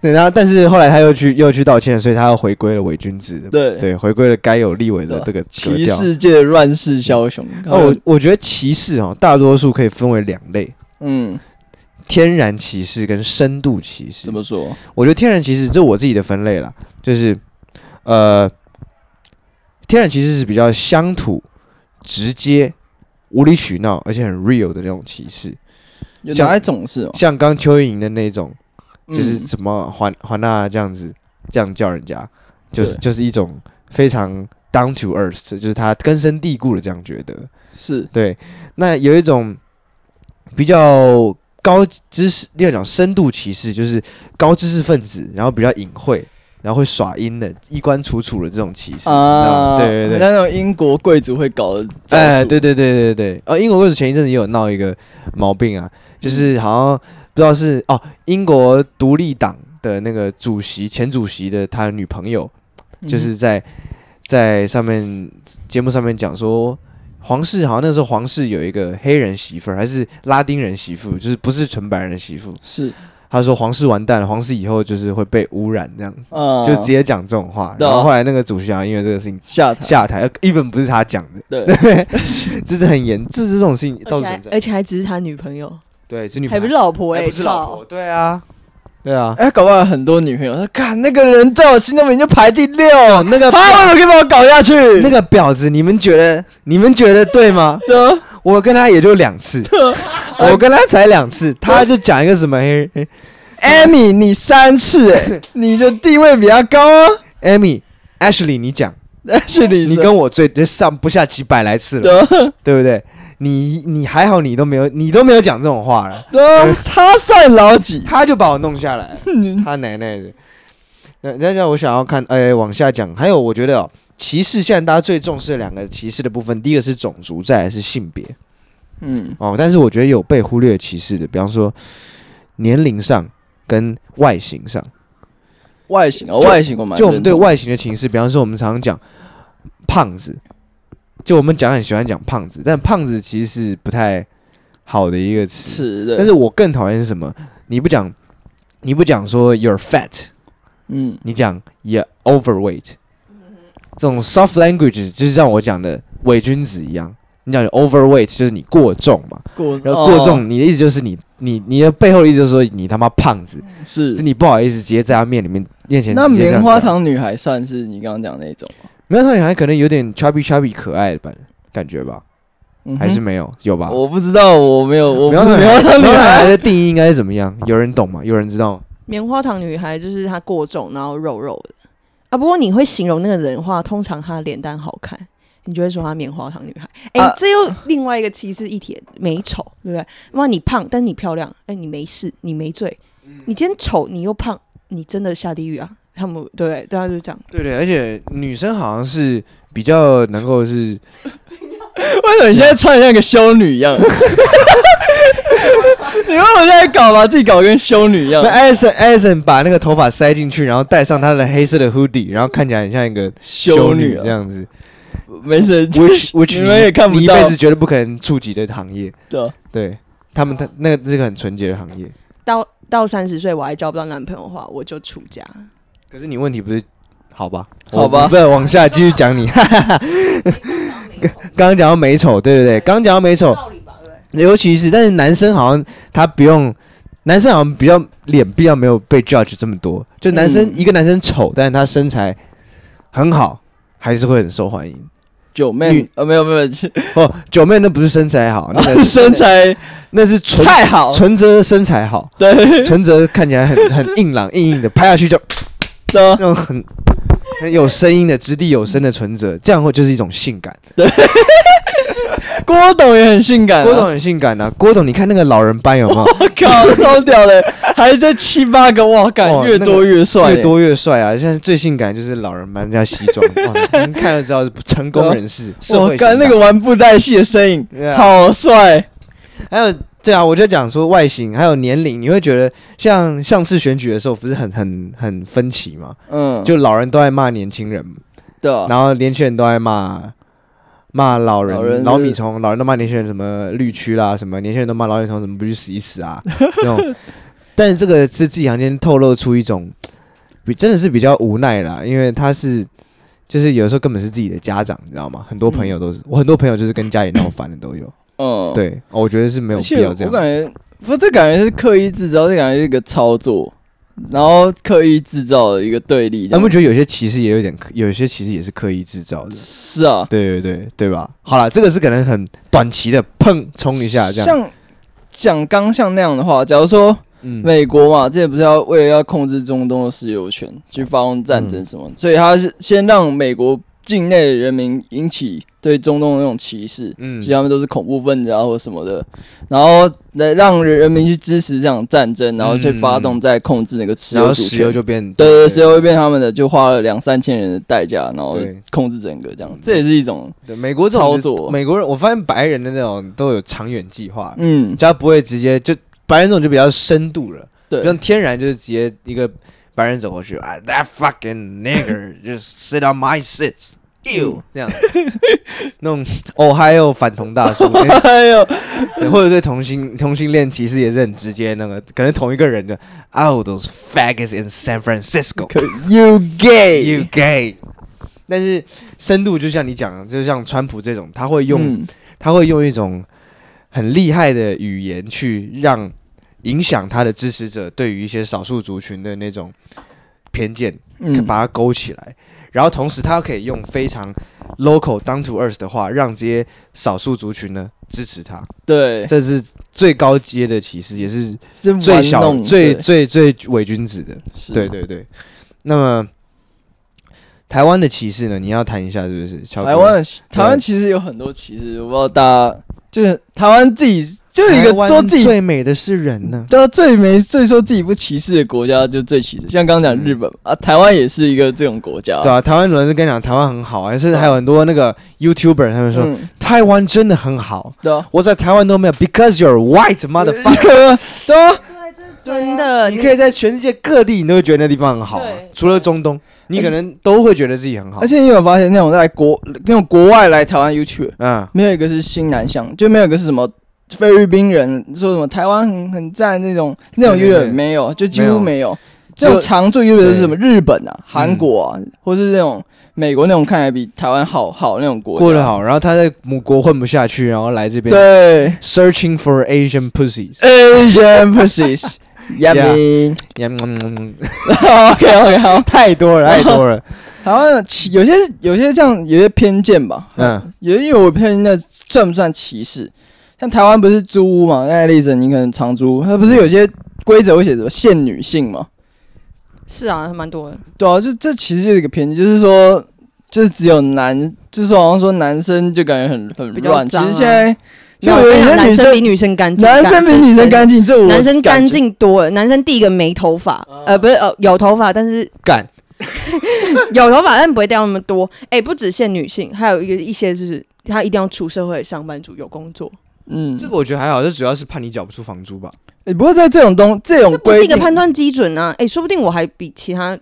Speaker 1: 对，然后但是后来他又去又去道歉，所以他又回归了伪君子，
Speaker 2: 对
Speaker 1: 对，回归了该有立委的这个格
Speaker 2: 歧
Speaker 1: 调。
Speaker 2: 视界的乱世枭雄。
Speaker 1: 哦，我我觉得歧视哦，大多数可以分为两类：
Speaker 2: 嗯，
Speaker 1: 天然歧视跟深度歧视
Speaker 2: 怎。么说？
Speaker 1: 我觉得天然歧视，这是我自己的分类啦，就是呃，天然歧视是比较乡土、直接、无理取闹，而且很 real 的那种歧视。
Speaker 2: 哦有
Speaker 1: 像
Speaker 2: 哪一种是吗？
Speaker 1: 像刚蚯蚓的那种，就是
Speaker 2: 嗯
Speaker 1: 怎么还还那这样子，这样叫人家，就是
Speaker 2: 对
Speaker 1: 就是一种非常 down to earth，就是他根深蒂固的这样觉得。
Speaker 2: 是
Speaker 1: 对，那有一种比较高知识，要讲深度歧视，就是高知识分子，然后比较隐晦，然后会耍阴的，衣冠楚楚的这种歧视。
Speaker 2: 啊，
Speaker 1: 你知道吗对对对。
Speaker 2: 那种英国贵族会搞的招数，
Speaker 1: 哎，对对对对对，呃，英国贵族前一阵子也有闹一个毛病啊，
Speaker 2: 嗯
Speaker 1: 就是好像不知道是哦，英国独立党的那个主席前主席的他女朋友，
Speaker 2: 嗯，
Speaker 1: 就是在在上面节目上面讲说，皇室好像那时候皇室有一个黑人媳妇儿，还是拉丁人媳妇，就是不是纯白人媳妇，
Speaker 2: 是
Speaker 1: 他说皇室完蛋了，皇室以后就是会被污染这样子，
Speaker 2: 啊，
Speaker 1: 就直接讲这种话，
Speaker 2: 对
Speaker 1: 然
Speaker 2: 啊
Speaker 1: 后后来那个主席好像因为这个事情
Speaker 2: 下
Speaker 1: <laughs>
Speaker 2: 台，
Speaker 1: 下台呃，even 不是他讲的。
Speaker 2: 对，
Speaker 1: <laughs> 就是很严，就是这种事情到处
Speaker 3: 而且
Speaker 1: 存
Speaker 3: 还
Speaker 1: 在。
Speaker 3: 而且还只是他女朋友，
Speaker 1: 对，是女
Speaker 3: 哎还不
Speaker 1: 朋
Speaker 3: 是
Speaker 1: 友
Speaker 3: 老婆哎、
Speaker 1: 还不是老婆，
Speaker 3: 靠，
Speaker 1: 对啊，对啊。
Speaker 2: 哎，搞不好有很多女朋友，他看那个人在我心中名就排第六，
Speaker 1: <laughs>
Speaker 2: 那个他为什么可以把我搞下去？
Speaker 1: 那个婊子，你们觉得你们觉得对啊吗？
Speaker 2: 个
Speaker 1: 我跟他也就两
Speaker 3: <laughs>
Speaker 1: 次，我跟他才两次，他就讲一个什么黑黑
Speaker 2: Amy，你三次，哎，你的地位比较高啊， <laughs>
Speaker 1: Amy、Ashley，你讲，
Speaker 2: 但是你
Speaker 1: 你
Speaker 2: 是
Speaker 1: 跟我最上不下几百来次了，
Speaker 2: 对啊
Speaker 1: <laughs> 对不对？你你还好，你都没有你都没有讲这种话了，
Speaker 2: 对啊，他算老几？
Speaker 1: 他就把我弄下来了。
Speaker 2: 嗯
Speaker 1: 他奶奶的。那那那我想要看，哎、往下讲，还有我觉得、哦、歧视，现在大家最重视的两个歧视的部分，第一个是种族，再来是性别
Speaker 2: 嗯，
Speaker 1: 哦。但是我觉得有被忽略歧视的，比方说年龄上跟外形上，
Speaker 2: 外形啊，
Speaker 1: 就
Speaker 2: 外形我蛮
Speaker 1: 就我们对
Speaker 2: 认同
Speaker 1: 外形的歧视，比方说我们常常讲胖子，就我们讲很喜欢讲胖子，但胖子其实是不太好的一个词。
Speaker 2: 是
Speaker 1: 但
Speaker 2: 的，
Speaker 1: 是我更讨厌是什么？你不讲，你不讲说 you're fat，
Speaker 2: 嗯，
Speaker 1: 你讲也 overweight，这种 soft language 就是像我讲的伪君子一样，你讲你 overweight 就是你过重嘛，
Speaker 2: 过
Speaker 1: 然后过
Speaker 2: 哦
Speaker 1: 重，你的意思就是你你你的背后的意思就是说你他妈胖子，是
Speaker 2: 是。
Speaker 1: 你不好意思直接在他面里面面前
Speaker 2: 嗯那
Speaker 1: 直接这样啊讲
Speaker 2: 棉花，糖女孩算是你刚刚讲的那种吗
Speaker 1: 棉花糖女孩可能有点 chubby chubby 可爱的吧感觉吧，
Speaker 2: 嗯哼
Speaker 1: 还是没有有吧？
Speaker 2: 我不知道，我没有，我不
Speaker 1: 棉花糖女孩
Speaker 2: 棉花糖女
Speaker 1: 棉花糖
Speaker 2: 孩
Speaker 1: 的定义应该是怎么样？有人懂吗？有人知道吗？
Speaker 3: 棉花糖女孩就是她过重，然后肉肉的啊。不过你会形容那个人的话，通常她脸蛋好看，你就会说她棉花糖女孩。哎、
Speaker 2: 啊
Speaker 3: 这又另外一个歧视议题，美丑，对不对？哇，你胖，但你漂亮，哎、你没事，你没罪。你今天丑，你又胖，你真的下地狱啊！他们对不对？对，他就这样。
Speaker 1: 对对，而且女生好像是比较能够是，
Speaker 2: 为什么你现在穿的像个修女一
Speaker 1: <laughs>
Speaker 2: 样？你为什么现在搞把自己搞得跟修女一样
Speaker 1: 那？艾森艾森把那个头发塞进去，然后戴上她的黑色的 hoodie，然后看起来很像一个
Speaker 2: 修
Speaker 1: 女
Speaker 2: 女
Speaker 1: 这
Speaker 2: 啊，
Speaker 1: 样
Speaker 2: <laughs>
Speaker 1: 子
Speaker 2: 没事， <laughs>
Speaker 1: ，which which
Speaker 2: 你们也看不
Speaker 1: 你一
Speaker 2: 到
Speaker 1: 辈子绝对不可能触及的行业，
Speaker 2: 的。
Speaker 1: 对他们他那个是个很纯洁的行业。
Speaker 3: 到到三十岁我还交不到男朋友的话，我就出家。
Speaker 1: 可是你问题不是好吧？
Speaker 2: 好吧
Speaker 1: 我不是往下继续讲你。哈哈哈刚刚讲到美丑，对对对，刚刚讲到美丑，
Speaker 3: 道理吧，对
Speaker 1: 尤其是但是男生好像他不用，男生好像比较脸比较没有被 judge 这么多，就男生、
Speaker 2: 嗯
Speaker 1: 一个男生丑，但是他身材很好，还是会很受欢迎。
Speaker 2: 九妹
Speaker 1: 女，
Speaker 2: 呃，没有没有，是
Speaker 1: 哦，九妹那不是身材
Speaker 2: <laughs>
Speaker 1: 好，那个
Speaker 2: 身材
Speaker 1: 那是纯
Speaker 2: 太好，
Speaker 1: 纯则身材好，
Speaker 2: 对
Speaker 1: 纯则看起来很很硬朗硬硬的，拍下去就
Speaker 2: 的，
Speaker 1: 那种很很有声音的、掷地有声的存折，这样会就是一种性感。
Speaker 2: 郭董也很性感啊，
Speaker 1: 郭董很性感啊，郭董，你看那个老人班有没有？
Speaker 2: 我靠，超屌的，还在七八个，哇，感
Speaker 1: 哇
Speaker 2: 越多越帅，
Speaker 1: 越多越帅啊！现在最性感就是老人班加西装，
Speaker 2: <laughs>
Speaker 1: 哇，你看了知道是成功人士，社
Speaker 2: 我
Speaker 1: 会
Speaker 2: 干
Speaker 1: 贤达
Speaker 2: 那个玩布袋戏的身影，
Speaker 1: 对啊
Speaker 2: 好帅，
Speaker 1: 还有对啊，我就讲说外形还有年龄，你会觉得像上次选举的时候不是很很很分歧嘛？
Speaker 2: 嗯，
Speaker 1: 啊就老人都爱骂年轻人，
Speaker 2: 的，
Speaker 1: 然后年轻人都爱骂骂老人，
Speaker 2: 啊老人
Speaker 1: 老米
Speaker 2: 是
Speaker 1: 虫，老人都骂年轻人什么绿区啦，什么年轻人都骂老米虫什么不去死一死
Speaker 2: <laughs>
Speaker 1: 啊那种。但是这个是自己行间透露出一种比真的是比较无奈啦，因为他是就是有时候根本是自己的家长，你知道吗？很多朋友都是，我很多朋友就是跟家里闹翻的都有。
Speaker 2: 嗯，
Speaker 1: 对，哦我觉得是没有
Speaker 2: 而
Speaker 1: 必
Speaker 2: 且
Speaker 1: 要这
Speaker 2: 我
Speaker 1: 样。
Speaker 2: 感觉，不是，这感觉是刻意制造，这感觉是一个操作，然后刻意制造的一个对立，这
Speaker 1: 他
Speaker 2: 样
Speaker 1: 们觉得有些歧视也有点刻，有些歧视也是刻意制造的。
Speaker 2: 是啊，
Speaker 1: 对对对，对吧？好了，这个是可能很短期的，碰冲一啊下这样。
Speaker 2: 像讲刚像那样的话，假如说
Speaker 1: 嗯，
Speaker 2: 美国嘛，之前不是要为了要控制中东的石油权去发动战
Speaker 1: 嗯
Speaker 2: 争什么，所以他是先让美国境内的人民引起对中东的那种歧视，
Speaker 1: 嗯
Speaker 2: 其实他们都是恐怖分子啊或者什么的，然后来让人民去支持这场战争，然后去发动再控制那个
Speaker 1: 嗯
Speaker 2: 石
Speaker 1: 然
Speaker 2: 油
Speaker 1: 后
Speaker 2: 主
Speaker 1: 石油
Speaker 2: 权。
Speaker 1: 就变
Speaker 2: 对对，石油会变他们的，就花了两三千人的代价，然后
Speaker 1: 对嗯
Speaker 2: 控制整个这样，这也是一种，
Speaker 1: 对美国这种
Speaker 2: 操作
Speaker 1: 美国人我发现白人的那种都有长远计划，
Speaker 2: 嗯，
Speaker 1: 他不会直接就白人这种就比较深度了，
Speaker 2: 对，
Speaker 1: 像天然就是直接一个白人走过去啊，that fucking nigger <laughs> just sit on my seats。you 这样，那
Speaker 2: <laughs>
Speaker 1: 种 Ohio 反同大叔，
Speaker 2: 哎呦，
Speaker 1: 或者对同性同性恋其实也是很直接，那个可能同一个人的，Oh those faggots in San Francisco，
Speaker 2: 可
Speaker 1: You
Speaker 2: you <laughs> gay，
Speaker 1: gay。但是深度就像你讲，的，就像川普这种，他会用、
Speaker 2: 嗯
Speaker 1: 他会用一种很厉害的语言去让影响他的支持者对于一些少数族群的那种偏见，
Speaker 2: 嗯，
Speaker 1: 把它勾起来。然后同时，他可以用非常 local down to earth 的话，让这些少数族群呢支持他。
Speaker 2: 对，
Speaker 1: 这是最高阶的歧视，也是
Speaker 2: 这
Speaker 1: 最
Speaker 2: 玩
Speaker 1: 小、
Speaker 2: 弄
Speaker 1: 最
Speaker 2: 对
Speaker 1: 最最伪君子的。
Speaker 2: 是
Speaker 1: 对对对。那么台湾的歧视呢？你要谈一下是不是？小
Speaker 2: 台湾的台湾其实有很多歧视，我不知道大家就是台湾自己就是一个说自己
Speaker 1: 最美的是人呢、
Speaker 2: 对啊最没最说自己不歧视的国家就最歧视，像刚刚讲日本嘛啊，台湾也是一个这种国家，
Speaker 1: 对啊，台湾有人跟你讲台湾很好啊，甚至还有很多那个 YouTuber 他们说、
Speaker 2: 嗯，
Speaker 1: 台湾真的很好，
Speaker 2: 对啊，
Speaker 1: 我在台湾都没有，because you're white
Speaker 2: <laughs>
Speaker 1: motherfucker。
Speaker 2: 对啊，
Speaker 3: 真的，
Speaker 1: 你可以在全世界各地，你都会觉得那地方很好、啊
Speaker 3: 对，
Speaker 1: 除了中东，你可能都会觉得自己很好
Speaker 2: 而。且你有没有发现那种在国那种国外来台湾 YouTube，
Speaker 1: 嗯，
Speaker 2: 没有一个是新南向，就没有一个是什么菲律宾人说什么台湾很很赞那种那种
Speaker 1: 对对
Speaker 2: YouTube
Speaker 1: 对
Speaker 2: 没有，就几
Speaker 1: 没有
Speaker 2: 乎没有。
Speaker 1: 只
Speaker 2: 这
Speaker 1: 有
Speaker 2: 种常驻 YouTube 是什么？日本
Speaker 1: 嗯
Speaker 2: 啊、韩国啊，或是那种美国那种看起来比台湾好好那种国家
Speaker 1: 过得。好，然后他在母国混不下去，然后来这边
Speaker 2: 对
Speaker 1: searching for Asian pussies。 <laughs>
Speaker 2: ，Asian pussies。Yummy。OK OK 好，
Speaker 1: 太多 <laughs> 了，太多了。
Speaker 2: 台湾的歧有些有些这样有些偏见吧，
Speaker 1: <laughs> 嗯，
Speaker 2: 也因为我偏见那算不算歧视？像台湾不是租屋嘛，那例子你可能长租，它不是有些规则会写什么限女性嘛？
Speaker 3: 是啊，蛮多的。
Speaker 2: 对啊，就这其实就是一个偏见，就是说，就是只有男，就是好像说男生就感觉很很
Speaker 3: 比较
Speaker 2: 乱。其
Speaker 3: 脏
Speaker 2: 实
Speaker 3: 啊
Speaker 2: 现在，
Speaker 3: 没
Speaker 2: 现
Speaker 3: 有
Speaker 2: 在我觉
Speaker 3: 我跟你
Speaker 2: 得
Speaker 3: 讲男
Speaker 2: 女
Speaker 3: 生
Speaker 2: 生
Speaker 3: 比女生干净，
Speaker 2: 男生比女生干净，这我
Speaker 3: 男生
Speaker 2: 感
Speaker 3: 干
Speaker 2: 觉啊
Speaker 3: 净多了。男生第一个没头发，呃，不是呃有头发，但是 <laughs>
Speaker 1: 干
Speaker 3: 有头发但不会掉那么多。哎、不只限女性，还有一个一些就是他一定要出社会上班族有工作，
Speaker 2: 嗯
Speaker 1: 这，个我觉得还好，这主要是怕你缴不出房租吧。
Speaker 2: 欸不过在这种东这种
Speaker 3: 这不是
Speaker 2: 规
Speaker 3: 一个判
Speaker 2: 定，
Speaker 3: 断基准啊。哎、说不定我还比其他。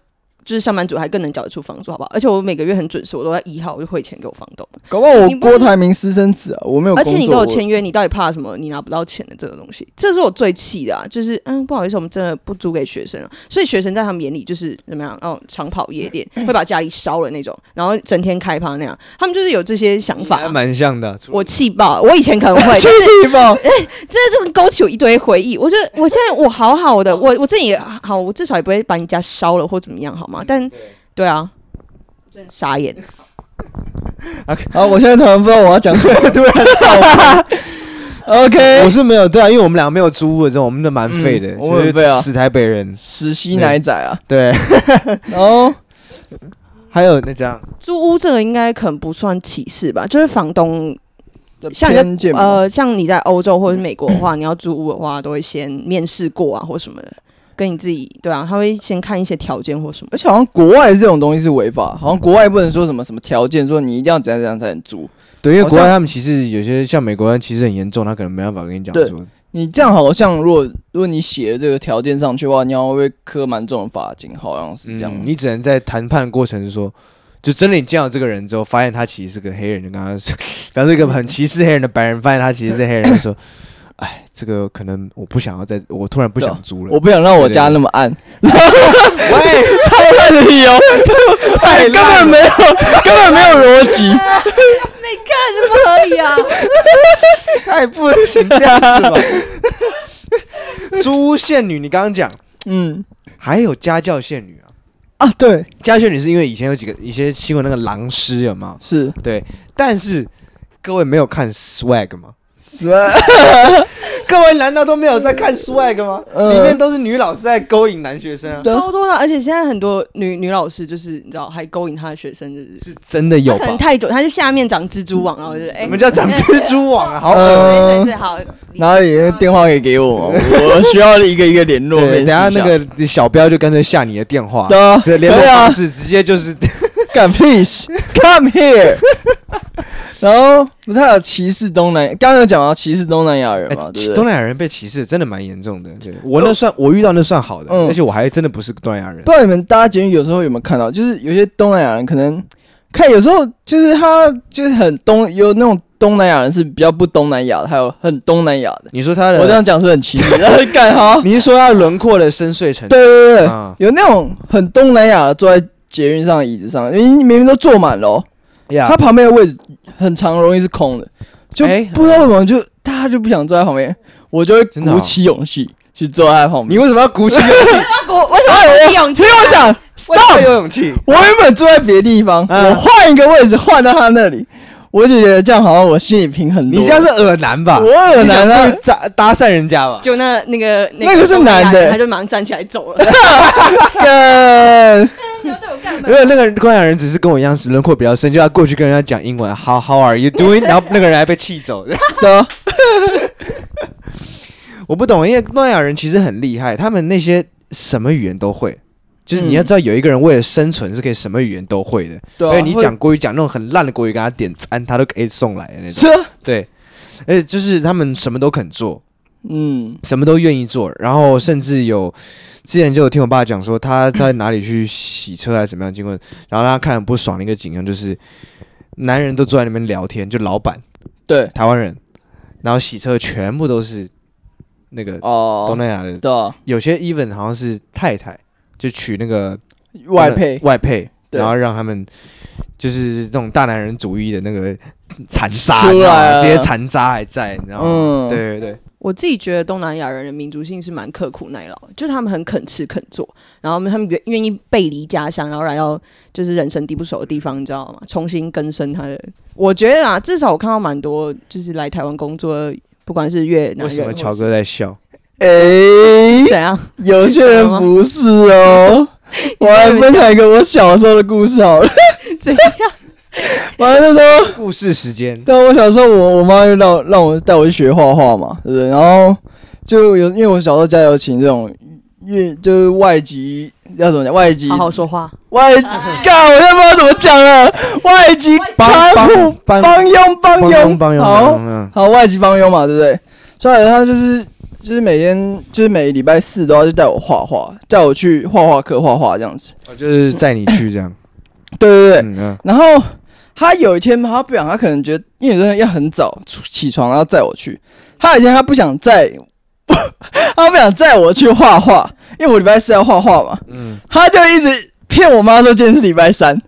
Speaker 3: 就是上班族还更能缴得出房租，好不好？而且我每个月很准时，我都在一号我就汇钱给我房东，
Speaker 2: 搞不好我
Speaker 3: 你不
Speaker 2: 郭台铭私生子啊，我没有
Speaker 3: 而
Speaker 2: 工作，
Speaker 3: 且你都有
Speaker 2: 我
Speaker 3: 签约，你到底怕什么？你拿不到钱的这个东西，这是我最气的啊！就是嗯，不好意思，我们真的不租给学生啊，所以学生在他们眼里就是怎么样？哦，长跑夜店会把家里烧了那种，然后整天开趴那样，他们就是有这些想法啊、
Speaker 1: 还蛮像的。除了
Speaker 3: 我气爆！我以前可能
Speaker 2: <laughs>
Speaker 3: 会，
Speaker 2: 气
Speaker 3: 但是
Speaker 2: 地
Speaker 3: <laughs>
Speaker 2: 方，
Speaker 3: 这个勾起我一堆回忆。我觉得我现在我好好的，我我这也好，我至少也不会把你家烧了或怎么样，好吗？但对啊，真的傻眼。
Speaker 2: 好，我现在突然不知道我要讲什么，突
Speaker 3: <laughs>
Speaker 2: 然
Speaker 1: 我
Speaker 2: ，OK，
Speaker 1: 是没有对啊，因为我们两个没有租过这种，我们的蛮废的，
Speaker 2: 嗯我们很
Speaker 1: 就
Speaker 2: 废啊
Speaker 1: 是死台北人。
Speaker 2: 实习奶仔啊，
Speaker 1: 对， <laughs>
Speaker 2: 然后
Speaker 1: 还有那这样，
Speaker 3: 租屋这个应该可能不算歧视吧，就是房东像
Speaker 2: 偏
Speaker 3: 你
Speaker 2: 见
Speaker 3: 在
Speaker 2: 嘛，
Speaker 3: 呃，像你在欧洲或者是美国的话，你要租屋的话，都会先面试过啊，或什么的，跟你自己对啊，他会先看一些条件或 <laughs> 什么。
Speaker 2: 而且好像国外这种东西是违法，好像国外不能说什么什么条件，说你一定要怎样怎样才能租。
Speaker 1: 对，因为国
Speaker 2: 好
Speaker 1: 外
Speaker 2: 像
Speaker 1: 他们其实有些像美国人其实很严重，他可能没办法跟你讲
Speaker 2: 对
Speaker 1: 说，嗯
Speaker 2: 你这样好像，如果如果你写了这个条件上去的话，你要被科蛮重的罚金，好像是这样。
Speaker 1: 嗯，你只能在谈判过程说。就真的你见到这个人之后，发现他其实是个黑人，就跟他说， <laughs> 比方说一个很歧视黑人的白人，发现他其实是黑人，就说：“哎，这个可能我不想要再，我突然不 <laughs>
Speaker 2: 对啊
Speaker 1: 想租了。”
Speaker 2: 我不想让我家那么暗，
Speaker 1: 喂，
Speaker 2: 超烂的理由，
Speaker 1: 太
Speaker 2: 根本没有，根本没有逻辑。
Speaker 3: 没看这不合理啊！
Speaker 1: 太不行这样子 <laughs> 吧。租屋限女，你刚刚讲
Speaker 2: <laughs> 嗯
Speaker 1: 还有家教限女啊？
Speaker 2: 啊，对，
Speaker 1: 家教限女是因为以前有几个一些新闻那个狼师有吗？
Speaker 2: 是，
Speaker 1: 但是各位没有看 swag 吗？
Speaker 2: 是吧
Speaker 1: 各位难道都没有在看 swag 吗？
Speaker 2: 嗯
Speaker 1: 里面都是女老师在勾引男学生啊，
Speaker 2: 对
Speaker 3: 超多的，而且现在很多女女老师就是你知道，还勾引她的学生，就是
Speaker 1: 是真的有
Speaker 3: 她可
Speaker 1: 吧？
Speaker 3: 能太久，她就下面长蜘蛛网，然后就是哎，
Speaker 1: 什么叫长蜘蛛网啊？好恶
Speaker 2: 呃
Speaker 3: <laughs> 对对对，好，
Speaker 2: 然后你的电话可以给我吗？我需要一个一个联络。
Speaker 1: 对，
Speaker 2: 面试
Speaker 1: 等下
Speaker 2: 一
Speaker 1: 那个小标就干脆下你的电话，
Speaker 2: 对啊，
Speaker 1: 这联络
Speaker 2: 对啊
Speaker 1: 方式直接就是
Speaker 2: 干 please come here 。然后不太有歧视东南，刚刚有讲到歧视东南亚人
Speaker 1: 哎
Speaker 2: 嘛，对
Speaker 1: 其
Speaker 2: 不
Speaker 1: 东
Speaker 2: 对？
Speaker 1: 南亚人被歧视真的蛮严重的。对我那算我遇到那算好的，
Speaker 2: 嗯
Speaker 1: 而且我还真的不是东南亚人
Speaker 2: 不。知道你们大家节目有时候有没有看到，就是有些东南亚人可能看有时候就是他就是很东有那种东南亚人是比较不东南亚的，还有很东南亚的。
Speaker 1: 你说他
Speaker 2: 我这
Speaker 1: 的，
Speaker 2: 样讲是很歧视，然后 <laughs> 干哈？
Speaker 1: 你是说他轮廓的深邃程度
Speaker 2: 对对对，
Speaker 1: 啊
Speaker 2: 有那种很东南亚的坐在捷运上的椅子上，明明明都坐满了、哦，
Speaker 1: 呀
Speaker 2: 他旁边的位置很长，容易是空的，就
Speaker 1: 哎
Speaker 2: 不知道为什么就大家就不想坐在旁边，我就会
Speaker 1: 真的哦
Speaker 2: 鼓起勇气去坐在他旁边。
Speaker 1: 你为什么要鼓
Speaker 2: <laughs>
Speaker 1: 起勇气？
Speaker 3: 我为什么要利
Speaker 1: <laughs>
Speaker 3: 用？
Speaker 2: 听我讲
Speaker 1: 为什么
Speaker 2: ，stop！
Speaker 1: 有勇气？
Speaker 2: 我原本坐在别的地方，
Speaker 1: 嗯
Speaker 2: 我换一个位置换到他那里，我就觉得这样好像我心里平衡多
Speaker 1: 你
Speaker 2: 了。
Speaker 1: 这
Speaker 2: <laughs>
Speaker 1: 样是恶男吧？
Speaker 2: 我耳难
Speaker 1: 你想
Speaker 2: 啊
Speaker 1: 去，搭搭讪人家吧？
Speaker 3: 就那那个
Speaker 2: 那个是
Speaker 3: 东西
Speaker 2: 男的
Speaker 3: 他就马上站起来
Speaker 1: <laughs>
Speaker 3: 走了。
Speaker 2: 干
Speaker 3: 你要对我干嘛
Speaker 1: 如果那个东南亚人只是跟我一样是轮廓比较深，就要过去跟人家讲英文，How How are you doing？然
Speaker 2: <laughs>
Speaker 1: 后那个人还被气走。
Speaker 2: 的
Speaker 1: <laughs> 我不懂，因为东南亚人其实很厉害，他们那些什么语言都会。就是你要
Speaker 2: 嗯
Speaker 1: 知道，有一个人为了生存是可以什么语言都会的。
Speaker 2: 对啊
Speaker 1: 哎而且你讲国语讲那种很烂的国语，给他点赞，他都可以送来的那种。
Speaker 2: 是啊，
Speaker 1: 对，而且就是他们什么都肯做，
Speaker 2: 嗯，
Speaker 1: 什么都愿意做，然后甚至有之前就有听我爸讲说他 <coughs> 在哪里去洗车还是怎么样经过，然后让他看很不爽的一个景象就是男人都坐在那边聊天，就老板
Speaker 2: 对
Speaker 1: 台湾人，然后洗车全部都是那个东
Speaker 2: 哦，
Speaker 1: 南亚的，
Speaker 2: 对啊，
Speaker 1: 有些 even 好像是太太就娶那个
Speaker 2: 外配
Speaker 1: 外配，
Speaker 2: 对
Speaker 1: 然后让他们就是那种大男人主义的那个残杀，
Speaker 2: 出来
Speaker 1: 你知道吗
Speaker 2: 了
Speaker 1: 这些残渣还在，你知道吗？
Speaker 2: 嗯
Speaker 1: 对对对，
Speaker 3: 我自己觉得东南亚人的民族性是蛮刻苦耐劳的，就是他们很肯吃肯做，然后他们他们愿愿意背离家乡，然后来到就是人生地不熟的地方，你知道吗？重新根深他的。我觉得啦，至少我看到蛮多就是来台湾工作的，不管是越南
Speaker 1: 为什
Speaker 3: 人
Speaker 1: 么
Speaker 3: 或
Speaker 1: 乔
Speaker 3: 是
Speaker 1: 哥在
Speaker 2: <laughs>
Speaker 1: 笑？
Speaker 2: 哎、
Speaker 3: <laughs>
Speaker 1: <laughs>
Speaker 3: 怎样，
Speaker 2: 有些人不 <laughs>
Speaker 3: <laughs>
Speaker 2: 是哦。我来分享一个我小时候的故事好了。 <laughs>
Speaker 3: 怎样，
Speaker 2: 完了那时候
Speaker 1: 故事时间，
Speaker 2: 但我小时候我，我妈就让让我带我去学画画嘛，对不对？然后就有因为我小时候家有请这种乐，就是外籍要怎么讲？外籍
Speaker 3: 好好说话，
Speaker 2: 外，
Speaker 3: <laughs>
Speaker 2: 干，我也不知道怎么讲了。外籍
Speaker 1: 帮
Speaker 2: 看护
Speaker 1: 帮
Speaker 2: 帮佣
Speaker 1: 帮
Speaker 2: 帮佣
Speaker 1: 佣帮佣嗯
Speaker 2: 好
Speaker 1: 帮佣，
Speaker 2: 好外籍帮佣嘛，对不对？所以他就是就是每天就是每礼拜四都要去带我画画，带我去画画课画画这样子。
Speaker 1: 嗯就是载你去这样。
Speaker 2: 对 <laughs> 对对，
Speaker 1: 嗯嗯
Speaker 2: 然后他有一天嘛，他不想，他可能觉得因为真的要很早出起床，然后载我去。他有一天他不想载， <laughs> 他不想载我去画画，因为我礼拜四要画画嘛。
Speaker 1: 嗯，
Speaker 2: 他就一直骗我妈说今天是礼拜三。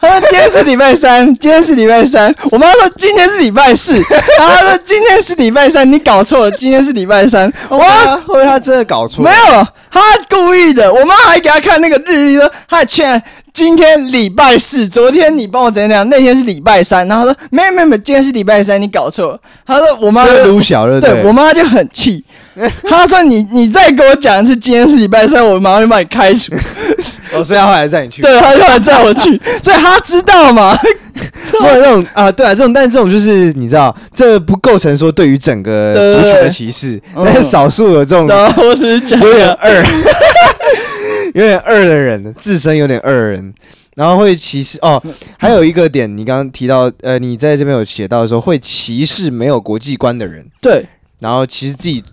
Speaker 2: 他说今天是礼拜三， <laughs> 今天是礼拜三。我妈说今天是礼拜四， <laughs> 然后他说今天是礼拜三，你搞错了，今天是礼拜三。
Speaker 1: 哦会啊会不会他真的搞错
Speaker 2: 没
Speaker 1: 了？
Speaker 2: 有，他故意的。我妈还给他看那个日历，说他还劝今天礼拜四，昨天你帮我怎样怎样，那天是礼拜三。然后他说没有没有没有，今天是礼拜三，你搞错了。他说我妈
Speaker 1: 就是
Speaker 2: 就
Speaker 1: 卢小对不
Speaker 2: 对我妈就很气，她说你你再给我讲一次今天是礼拜三，我马上就把你
Speaker 1: <laughs>
Speaker 2: 开除。
Speaker 1: 哦，所以他后来载你去。
Speaker 2: 对，她就来载我去，所以她知
Speaker 1: <laughs>
Speaker 2: 道嘛。
Speaker 1: 不然这种啊，对啊，这种，但是这种就是你知道，这不构成说对于整个
Speaker 2: 对对
Speaker 1: 族群的
Speaker 2: 对
Speaker 1: 歧视，
Speaker 2: 嗯
Speaker 1: 但是少数有这种
Speaker 2: 然后我只是讲
Speaker 1: <laughs> 有点二，有点二的人，自身有点二的人，然后会歧视哦。还有一个点，你刚刚提到，呃，你在这边有写到说会歧视没有国际观的人，
Speaker 2: 对
Speaker 1: 然后其实自己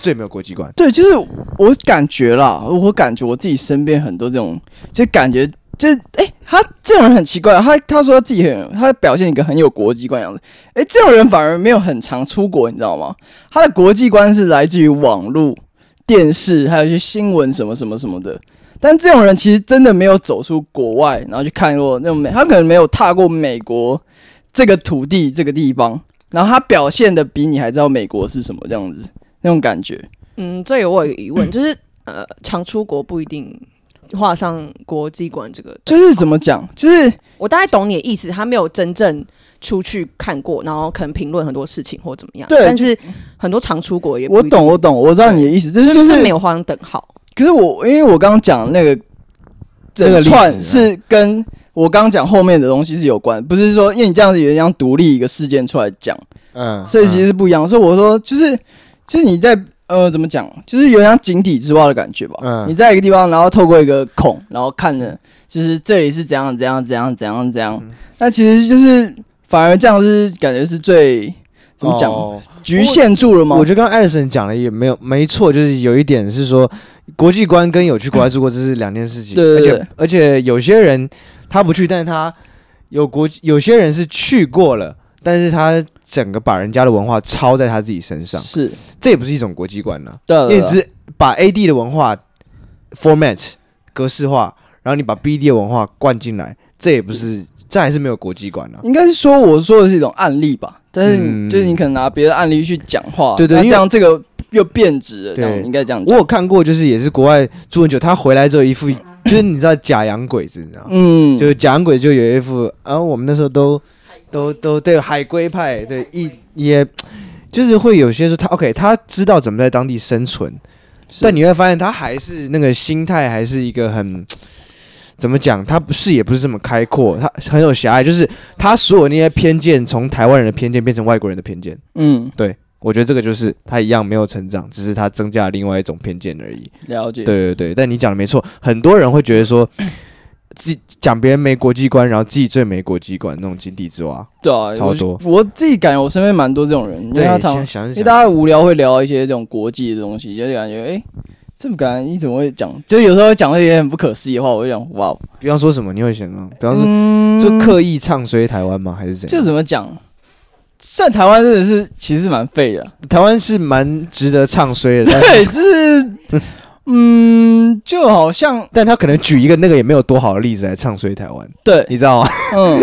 Speaker 1: 最没有国际观。
Speaker 2: 对，就是我感觉啦，我感觉我自己身边很多这种，就感觉这哎、他这种人很奇怪，他他说他自己很，他表现一个很有国际观样子，哎、这种人反而没有很常出国，你知道吗？他的国际观是来自于网络、电视，还有一些新闻什么什么什么的。但这种人其实真的没有走出国外，然后去看过那种美，他可能没有踏过美国这个土地这个地方，然后他表现的比你还知道美国是什么这样子，那种感觉。
Speaker 3: 嗯，这里我有一个疑问，就是呃，常出国不一定画上国际观这个，
Speaker 2: 就是怎么讲，就是
Speaker 3: 我大概懂你的意思，他没有真正出去看过，然后可能评论很多事情或怎么样，
Speaker 2: 对
Speaker 3: 但是很多常出国也不
Speaker 2: 我
Speaker 3: 一定
Speaker 2: 懂，我懂，我知道你的意思，就是就
Speaker 3: 就是是没，有画上等号，
Speaker 2: 可是我因为我刚刚讲那个
Speaker 1: 那个
Speaker 2: 整
Speaker 1: 例子
Speaker 2: 串
Speaker 1: 啊
Speaker 2: 是跟我刚刚讲后面的东西是有关，不是说因为你这样子有点像独立一个事件出来讲，
Speaker 1: 嗯，
Speaker 2: 所以其实是不一样。所以我说就是就是你在呃怎么讲，就是有点像井底之蛙的感觉吧。
Speaker 1: 嗯
Speaker 2: 你在一个地方，然后透过一个孔，然后看着就是这里是怎样怎样怎样怎样怎
Speaker 1: 嗯
Speaker 2: 样，那其实就是反而这样是感觉是最怎么讲、
Speaker 1: 哦
Speaker 2: 局限住了吗？
Speaker 1: 我觉得刚刚艾森讲的也没有没错，就是有一点是说国际观跟有去国外住过这是两件事情，
Speaker 2: 对对对
Speaker 1: 而且而且有些人他不去，但是他有国际，有些人是去过了，但是他整个把人家的文化抄在他自己身上，
Speaker 2: 是，
Speaker 1: 这也不是一种国际观呐、
Speaker 2: 对啊
Speaker 1: 因
Speaker 2: 对
Speaker 1: 为
Speaker 2: 啊
Speaker 1: 你只是把 A D 的文化 format 格式化，然后你把 B D 的文化灌进来，这也不是，这还是没有国际观啊。
Speaker 2: 应该是说我说的是一种案例吧，但是
Speaker 1: 嗯
Speaker 2: 你就是你可能拿别的案例去讲话，
Speaker 1: 对对
Speaker 2: 那
Speaker 1: 因为
Speaker 2: 这样这个又变质了，这样
Speaker 1: 对
Speaker 2: 应该这样
Speaker 1: 我
Speaker 2: 讲。
Speaker 1: 有看过，就是也是国外住很久，他回来之后一副就是你知道假洋鬼子，你知道吗？
Speaker 2: 嗯，
Speaker 1: 就是假洋鬼就有一副，然、后我们那时候都都都对海归派，对一也就是会有些时候他 OK，他知道怎么在当地生存，
Speaker 2: 是
Speaker 1: 但你会发现他还是那个心态还是一个很。怎么讲？他不视野不是这么开阔，他很有狭隘，就是他所有那些偏见，从台湾人的偏见变成外国人的偏见。
Speaker 2: 嗯，
Speaker 1: 我觉得这个就是他一样没有成长，只是他增加了另外一种偏见而已。
Speaker 2: 了解。
Speaker 1: 对对对，但你讲的没错，很多人会觉得说自己讲别人没国际观，然后自己最没国际观那种井底之蛙。
Speaker 2: 对啊，
Speaker 1: 超多
Speaker 2: 我我自己感觉我身边蛮多这种人，因为他常，
Speaker 1: 想
Speaker 2: 因
Speaker 1: 想
Speaker 2: 为
Speaker 1: 想，
Speaker 2: 大家无聊会聊一些这种国际的东西，就是感觉哎、诶这么感觉你怎么会讲？就有时候讲一些很不可思议的话，我就讲哇，
Speaker 1: 比方说什么，你会想到，比方说、
Speaker 2: 嗯
Speaker 1: 就刻意唱衰台湾吗？还是怎样？
Speaker 2: 就怎么讲？在台湾真的是其实蛮废的啊，
Speaker 1: 台湾是蛮值得唱衰的，但
Speaker 2: 对，就是，嗯，就好像
Speaker 1: <laughs> 但他可能举一个那个也没有多好的例子来唱衰台湾，
Speaker 2: 对，
Speaker 1: 你知道吗？ <laughs>
Speaker 2: 嗯，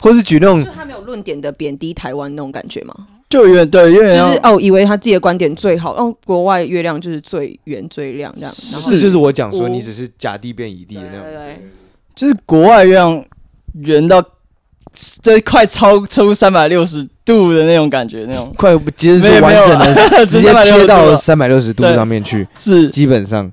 Speaker 1: 或是举那种
Speaker 3: 就他没有论点的贬低台湾那种感觉吗？
Speaker 2: 就有点对，有啊
Speaker 3: 就
Speaker 2: 点像
Speaker 3: 是哦，以为他自己的观点最好，哦，国外月亮就是最圆最亮这样，然后
Speaker 1: 这就是我讲说
Speaker 3: 我
Speaker 1: 你只是甲地变乙地
Speaker 3: 对
Speaker 1: 的那
Speaker 3: 对
Speaker 2: 哦
Speaker 1: 种。
Speaker 3: 对，
Speaker 2: 就是国外月亮圆到这快超出三百六十度的那种感觉，那
Speaker 1: <laughs>
Speaker 2: 种
Speaker 1: 快其实是
Speaker 2: 没有 <laughs>
Speaker 1: 完整的，
Speaker 2: 没有
Speaker 1: 直接切到
Speaker 2: 360
Speaker 1: 三百六十度
Speaker 2: 对
Speaker 1: 上面去，
Speaker 2: 啊是
Speaker 1: 基本上。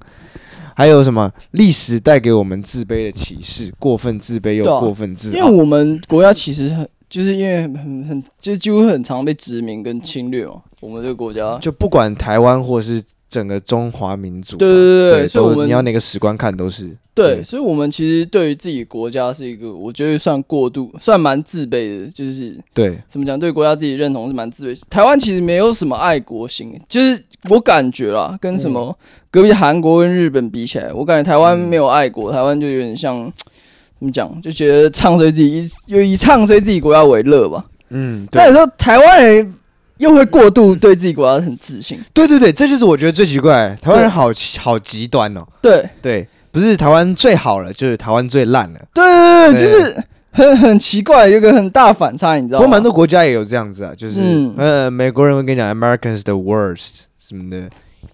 Speaker 1: 还有什么历史带给我们自卑的启示？过分自卑又
Speaker 2: 对啊
Speaker 1: 过分自
Speaker 2: 因为
Speaker 1: 傲。
Speaker 2: 我们国家其实很，就是因为很很，就几乎很常被殖民跟侵略嘛。我们这个国家，
Speaker 1: 就不管台湾或是整个中华民族啊，
Speaker 2: 对对对对
Speaker 1: 对，
Speaker 2: 所以我
Speaker 1: 都
Speaker 2: 们
Speaker 1: 你要哪个史观看都是
Speaker 2: 对，
Speaker 1: 嗯
Speaker 2: 所以我们其实对于自己国家是一个，我觉得算过度，算蛮自卑的，就是
Speaker 1: 对，
Speaker 2: 怎么讲，对国家自己认同是蛮自卑。台湾其实没有什么爱国心，就是我感觉啦，跟什么隔壁韩国跟日本比起来，我感觉台湾没有爱国，台湾就有点像。怎么讲？就觉得唱衰自己，以又以唱衰自己国家为乐吧。
Speaker 1: 嗯，对
Speaker 2: 但有时候台湾人又会过度对自己国家很自信，
Speaker 1: 对对对，这就是我觉得最奇怪，台湾人好好极端哦。
Speaker 2: 对
Speaker 1: 对，不是台湾最好了，就是台湾最烂了。
Speaker 2: 对对对，
Speaker 1: 对
Speaker 2: 就是很很奇怪，有一个很大反差，你知
Speaker 1: 不
Speaker 2: 道吗？
Speaker 1: 过蛮多国家也有这样子啊，就是、
Speaker 2: 啊嗯
Speaker 1: 呃，美国人会跟你讲 Americans the worst 什么的，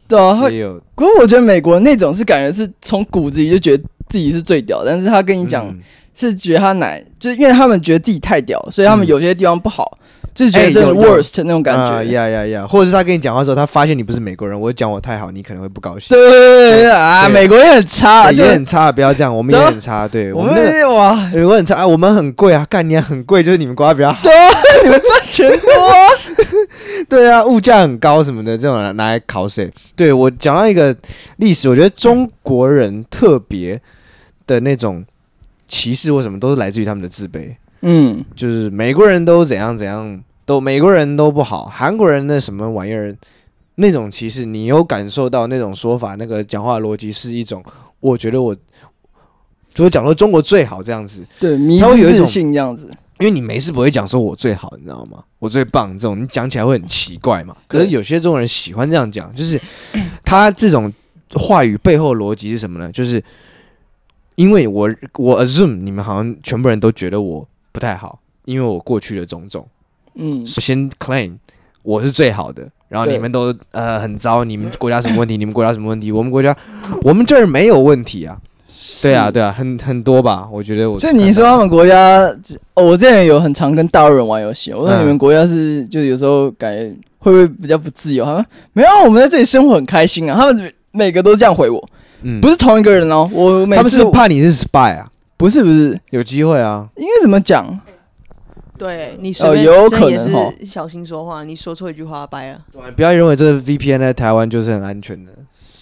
Speaker 2: 对啊，会
Speaker 1: 也有
Speaker 2: 不过我觉得美国人那种是感觉是从骨子里就觉得自己是最屌，但是他跟你讲、
Speaker 1: 嗯
Speaker 2: 是觉得他奶，就是因为他们觉得自己太屌，所以他们
Speaker 1: 嗯
Speaker 2: 有些地方不好，就是觉
Speaker 1: 哎
Speaker 2: 得这
Speaker 1: 有
Speaker 2: 种
Speaker 1: 有
Speaker 2: worst 那种感
Speaker 1: 啊
Speaker 2: 觉。
Speaker 1: 呀呀呀，或者是他跟你讲话的时候，他发现你不是美国人，我讲我太好，你可能会不高兴。
Speaker 2: 对对对对对啊，
Speaker 1: 对
Speaker 2: 美国人很差，
Speaker 1: 对
Speaker 2: 就
Speaker 1: 也很差，不要这样，我们
Speaker 2: 对
Speaker 1: 也
Speaker 2: 啊
Speaker 1: 很差，对
Speaker 2: 我
Speaker 1: 我们那个
Speaker 2: 们哇，
Speaker 1: 美国很差，啊我们很贵啊，干你啊很贵，就是你们国家比较
Speaker 2: <laughs>
Speaker 1: 好，
Speaker 2: 对啊，你们赚钱多啊，
Speaker 1: 对啊，物价很高什么的，这种拿拿来考谁？对我讲到一个历史，我觉得中国人特别的那种歧视或什么，都是来自于他们的自卑。
Speaker 2: 嗯，
Speaker 1: 就是美国人都怎样怎样，都美国人都不好，韩国人那什么玩意儿，那种歧视，你有感受到那种说法，那个讲话逻辑是一种，我觉得我，就是讲说中国最好这样子，
Speaker 2: 对，迷
Speaker 1: 他会有
Speaker 2: 之
Speaker 1: 一种
Speaker 2: 自信这样子。
Speaker 1: 因为你没事不会讲说我最好，你知道吗？我最棒这种，你讲起来会很奇怪嘛。可
Speaker 2: 对
Speaker 1: 是有些中国人喜欢这样讲，就是他这种话语背后的逻辑是什么呢？就是因为我我 assume 你们好像全部人都觉得我不太好，因为我过去的种种。
Speaker 2: 嗯，
Speaker 1: 首先 claim 我是最好的，然后
Speaker 2: 对
Speaker 1: 你们都呃很糟，你们国家什么问题？你们国家什么问题？我 <laughs> 们国家我们这儿没有问题啊。对啊，对啊，很很多吧？我觉得我
Speaker 2: 所以你说他们国家，哦，我之前有很常跟大陆人玩游戏，我说
Speaker 1: 嗯
Speaker 2: 你们国家是、就是有时候感觉会不会比较不自由？他们没有，我们在这里生活很开心啊。他们每个都这样回我，
Speaker 1: 嗯
Speaker 2: 不是同一个人哦。我每
Speaker 1: 他们
Speaker 2: 次
Speaker 1: 是怕你是 spy 啊，
Speaker 2: 不是不是，
Speaker 1: 有机会啊。
Speaker 2: 应该怎么讲？
Speaker 3: 对你随
Speaker 2: 呃
Speaker 3: 便
Speaker 2: 有
Speaker 3: 真
Speaker 2: 可
Speaker 3: 也
Speaker 2: 能哦
Speaker 3: 是小心说话，你说错一句话掰了。
Speaker 1: 对啊不要认为这个 VPN 在台湾就是很安全的，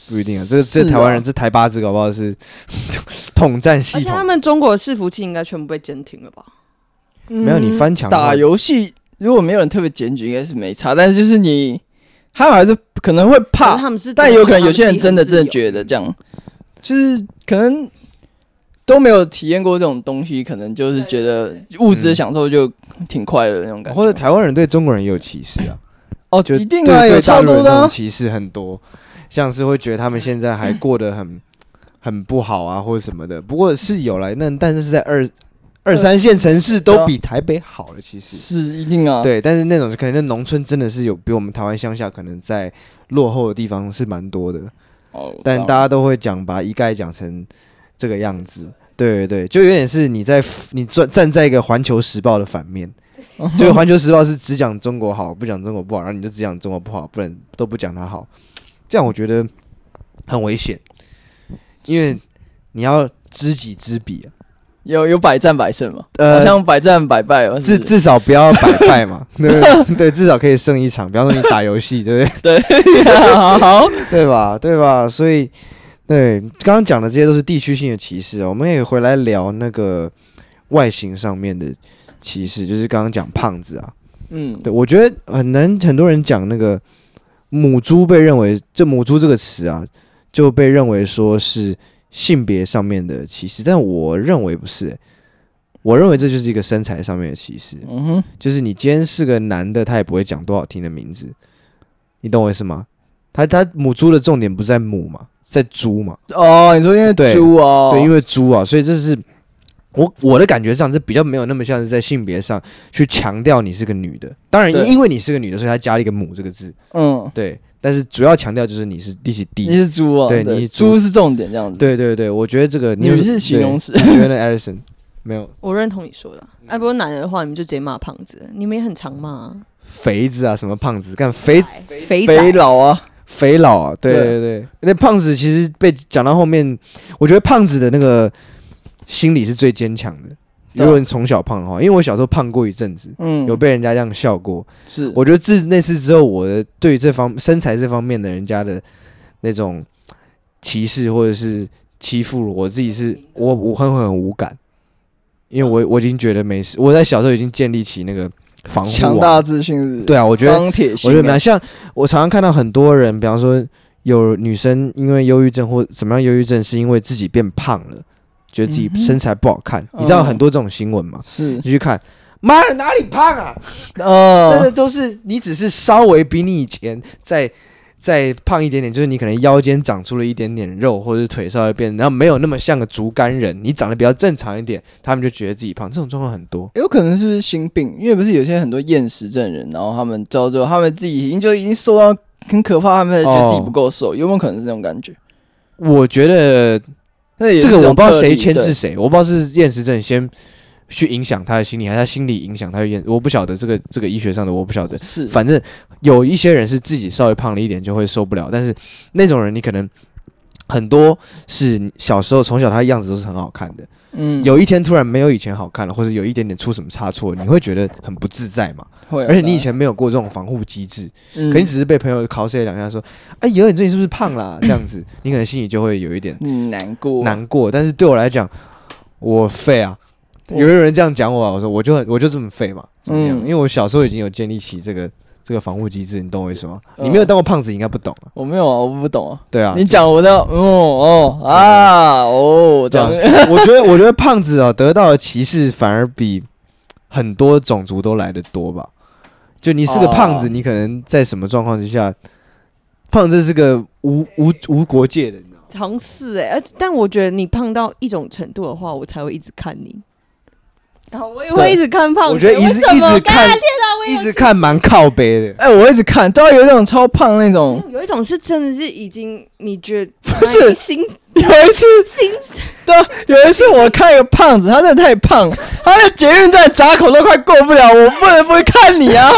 Speaker 1: 不一定啊。这个这
Speaker 2: 是
Speaker 1: 台湾人，这台巴子搞不好是 <laughs> 统战
Speaker 3: 而
Speaker 1: 系
Speaker 3: 且他
Speaker 1: 统。
Speaker 3: 们中国的伺服器应该全部被监听了吧？
Speaker 2: 没
Speaker 1: 没有
Speaker 3: 嗯
Speaker 1: 你翻墙的话
Speaker 2: 打游戏，如果没有人特别检举，应该是没差。但是就是你，他们还是可能会
Speaker 3: 可
Speaker 2: 怕
Speaker 3: 是，他们是，
Speaker 2: 但有可能有些人真的真的
Speaker 3: 得
Speaker 2: 觉得这样，就是可能都没有体验过这种东西，可能就是觉得物质的享受就挺快乐的那种感觉。
Speaker 1: 或者台湾人对中国人也有歧视啊，
Speaker 2: 哦，
Speaker 1: 就
Speaker 2: 一定
Speaker 1: 对
Speaker 2: 啊，有
Speaker 1: 对大
Speaker 2: 超
Speaker 1: 陆
Speaker 2: 多
Speaker 1: 人
Speaker 2: 的
Speaker 1: 那种
Speaker 2: 啊，
Speaker 1: 歧视很多，像是会觉得他们现在还过得很很不好啊，或者什么的。不过是有来，那但是在二二三线城市都比台北好了，其实。
Speaker 2: 是一定啊。，
Speaker 1: 对，但是那种可能那农村真的是有比我们台湾乡下可能在落后的地方是蛮多的。
Speaker 2: 哦，
Speaker 1: 但
Speaker 2: 当
Speaker 1: 大家都会讲把它一概讲成这个样子。对对对，就有点是你在你站站在一个《环球时报》的反
Speaker 2: <laughs>
Speaker 1: 面，就是《环球时报》是只讲中国好，不讲中国不好，然后你就只讲中国不好，不能都不讲它好，这样我觉得很危险，因为你要知己知彼、啊，
Speaker 2: 有有百战百胜嘛，
Speaker 1: 呃
Speaker 2: 好像百战百败嘛，
Speaker 1: 至
Speaker 2: 是不是
Speaker 1: 至少不要百败嘛， <laughs> 对不对对，至少可以胜一场，比方说你打游戏，对不对？
Speaker 2: 对，好 <laughs> 好，
Speaker 1: <laughs> 对吧？对吧？所以，对刚刚讲的这些都是地区性的歧视啊。我们也回来聊那个外形上面的歧视，就是刚刚讲胖子啊。
Speaker 2: 嗯，
Speaker 1: 对我觉得很难，很多人讲那个母猪被认为这母猪这个词啊，就被认为说是性别上面的歧视，但我认为不是欸、我认为这就是一个身材上面的歧视。
Speaker 2: 嗯哼，
Speaker 1: 就是你今天是个男的，他也不会讲多好听的名字，你懂我意思吗？他他母猪的重点不在母嘛，在猪嘛，
Speaker 2: 哦，你说因为
Speaker 1: 对
Speaker 2: 猪哦，
Speaker 1: 对，因为猪啊，所以这是我我的感觉上，这比较没有那么像是在性别上去强调你是个女的。当然，
Speaker 2: 对
Speaker 1: 因为你是个女的，所以他加了一个母这个字，
Speaker 2: 嗯，
Speaker 1: 对。但是主要强调就是你是力气
Speaker 2: 你
Speaker 1: 低。
Speaker 2: 是猪哦，
Speaker 1: 对
Speaker 2: 对，
Speaker 1: 你是猪
Speaker 2: 猪是重点这样子，，
Speaker 1: 对对对，我觉得这个
Speaker 2: 你
Speaker 1: 有
Speaker 2: 们是形容词，
Speaker 1: 对你觉得 a l i s o n 没有
Speaker 3: 我认同你说的。哎，不过男人的话，你们就直接骂胖子，你们也很常骂啊
Speaker 1: 肥子啊，什么胖子，干肥
Speaker 3: 肥仔
Speaker 2: 肥佬啊，
Speaker 1: 肥佬啊，对
Speaker 2: 对
Speaker 1: 对对，那胖子其实被讲到后面，我觉得胖子的那个心理是最坚强的。
Speaker 2: 对啊
Speaker 1: 如果你从小胖的话，因为我小时候胖过一阵子，
Speaker 2: 嗯，
Speaker 1: 有被人家这样笑过。
Speaker 2: 是，
Speaker 1: 我觉得自那次之后，我的对于这方身材这方面的人家的那种歧视或者是欺负，我自己是我我很很无感，因为我我已经觉得没事。我在小时候已经建立起那个防护
Speaker 2: 强大
Speaker 1: 网。
Speaker 2: 自信是不是，
Speaker 1: 啊对啊，我觉得
Speaker 2: 钢铁心
Speaker 1: 我觉得
Speaker 2: 啊
Speaker 1: 蛮像，我常常看到很多人，比方说有女生因为忧郁症或怎么样，忧郁症是因为自己变胖了，觉得自己
Speaker 2: 嗯哼
Speaker 1: 身材不好看。你知道
Speaker 2: 哦
Speaker 1: 很多这种新闻吗？ <laughs>
Speaker 2: 是
Speaker 1: 你去看，妈的哪里胖啊？但
Speaker 2: 哦
Speaker 1: 是，都是你只是稍微比你以前再再胖一点点，就是你可能腰间长出了一点点肉，或者是腿稍微变，然后没有那么像个竹竿人，你长得比较正常一点，他们就觉得自己胖。这种状况很多。
Speaker 2: 有可能是不是心病？因为不是有些很多厌食症人，然后他们到最后他们自己已经就已经瘦到很可怕，他们觉得自己不够瘦，有没有可能是那种感觉？
Speaker 1: 我觉得
Speaker 2: 那也
Speaker 1: 嗯
Speaker 2: 是
Speaker 1: 这个
Speaker 2: 种
Speaker 1: 我不知道
Speaker 2: 特
Speaker 1: 谁
Speaker 2: 例
Speaker 1: 牵制
Speaker 2: 对
Speaker 1: 谁，我不知道是厌食症先去影响他的心理，还是他心理影响他的厌，我不晓得这个这个医学上的我不晓得。
Speaker 2: 是
Speaker 1: 反正有一些人是自己稍微胖了一点就会受不了，但是那种人你可能很多是小时候从小他的样子都是很好看的，
Speaker 2: 嗯
Speaker 1: 有一天突然没有以前好看了，或者有一点点出什么差错，你会觉得很不自在嘛？
Speaker 2: 会啊，嗯
Speaker 1: 而且你以前没有过这种防护机制，
Speaker 2: 当然
Speaker 1: 可你只是被朋友 cos 两下说：“哎呦，你最近是不是胖啦？”这样子，你可能心里就会有一点
Speaker 2: 嗯难过
Speaker 1: 难过。但是对我来讲，我废啊！
Speaker 2: 我
Speaker 1: 有没有人这样讲我啊？我说我就很我就这么废嘛，怎么样？
Speaker 2: 嗯
Speaker 1: 因为我小时候已经有建立起这个这个防护机制，你懂我意思吗？
Speaker 2: 嗯
Speaker 1: 你没有当过胖子，你应该不懂啊。
Speaker 2: 我没有啊，我不懂啊。
Speaker 1: 对啊，
Speaker 2: 你讲我的，嗯哦啊哦这
Speaker 1: 对
Speaker 2: 样
Speaker 1: 啊，， <laughs> 我觉得我觉得胖子啊得到的歧视反而比很多种族都来的多吧。就你是个胖子，
Speaker 2: 哦
Speaker 1: 你可能在什么状况之下，胖子是个无无无国界的，你知道吗？
Speaker 3: 好像是哎、呃但我觉得你胖到一种程度的话，我才会一直看你。然后我也会
Speaker 2: 对
Speaker 3: 一直看胖子，
Speaker 1: 我觉得一直
Speaker 3: 为什
Speaker 1: 一
Speaker 3: 么
Speaker 1: 直看
Speaker 3: 干啊我也
Speaker 1: 一直看蛮靠背的。
Speaker 2: 哎、我一直看，都有一种超胖那
Speaker 1: <laughs>
Speaker 2: 种。
Speaker 3: 有一种是真的是已经你觉得
Speaker 2: 不是
Speaker 3: 哎你心
Speaker 2: 有一次，
Speaker 3: 心。
Speaker 2: 对啊，有一次我看一个胖子，他真的太胖，他在捷运站闸口都快过不了，我不能不看你
Speaker 1: <laughs>
Speaker 2: 啊。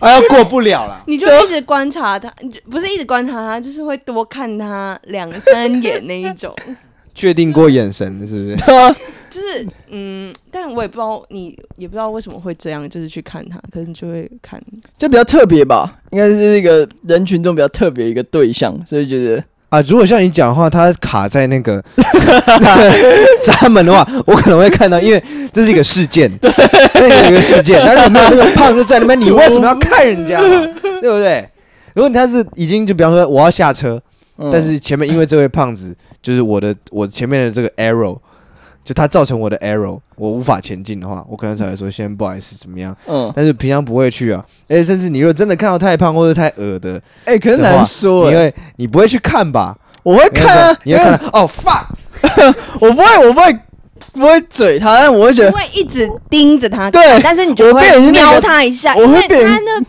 Speaker 1: 哎呀，过不了啦
Speaker 3: 你就一直观察他，你就不是一直观察他，就是会多看他两三眼那一 <laughs> 种。
Speaker 1: 确定过眼神了是不是？
Speaker 2: 对啊，
Speaker 3: 就是嗯，但我也不知道你也不知道为什么会这样，就是去看他，可是你就会看。
Speaker 2: 就比较特别吧，应该是一个人群中比较特别一个对象，所以觉得
Speaker 1: 啊，如果像你讲的话，他卡在那个闸门的话，我可能会看到，因为这是一个事件，这是一个事件。但是没有那个胖就在那边，你为什么要看人家嘛？对不对？如果他是已经就比方说我要下车，
Speaker 2: 嗯
Speaker 1: 但是前面因为这位胖子，就是我的我前面的这个 arrow，就他造成我的 arrow，我无法前进的话，我可能才会说先不好意思怎么样。
Speaker 2: 嗯，
Speaker 1: 但是平常不会去啊，而且甚至你如果真的看到太胖或者太恶的，
Speaker 2: 哎、可是难说、
Speaker 1: 你
Speaker 2: 哎，
Speaker 1: 会你不会去看吧？
Speaker 2: 我会看啊，
Speaker 1: 你会
Speaker 2: 因为
Speaker 1: 看到哦 fuck，
Speaker 2: 我不会，我不会，不会嘴他，但我会觉
Speaker 3: 你
Speaker 1: <laughs>
Speaker 2: 得
Speaker 3: 会一直盯着他看，
Speaker 2: 对
Speaker 3: 但是你就
Speaker 2: 我变成
Speaker 3: 会
Speaker 2: 是那个
Speaker 3: 瞄他一下，
Speaker 2: 我
Speaker 3: 因
Speaker 2: 会
Speaker 3: 为
Speaker 2: 变
Speaker 3: 他那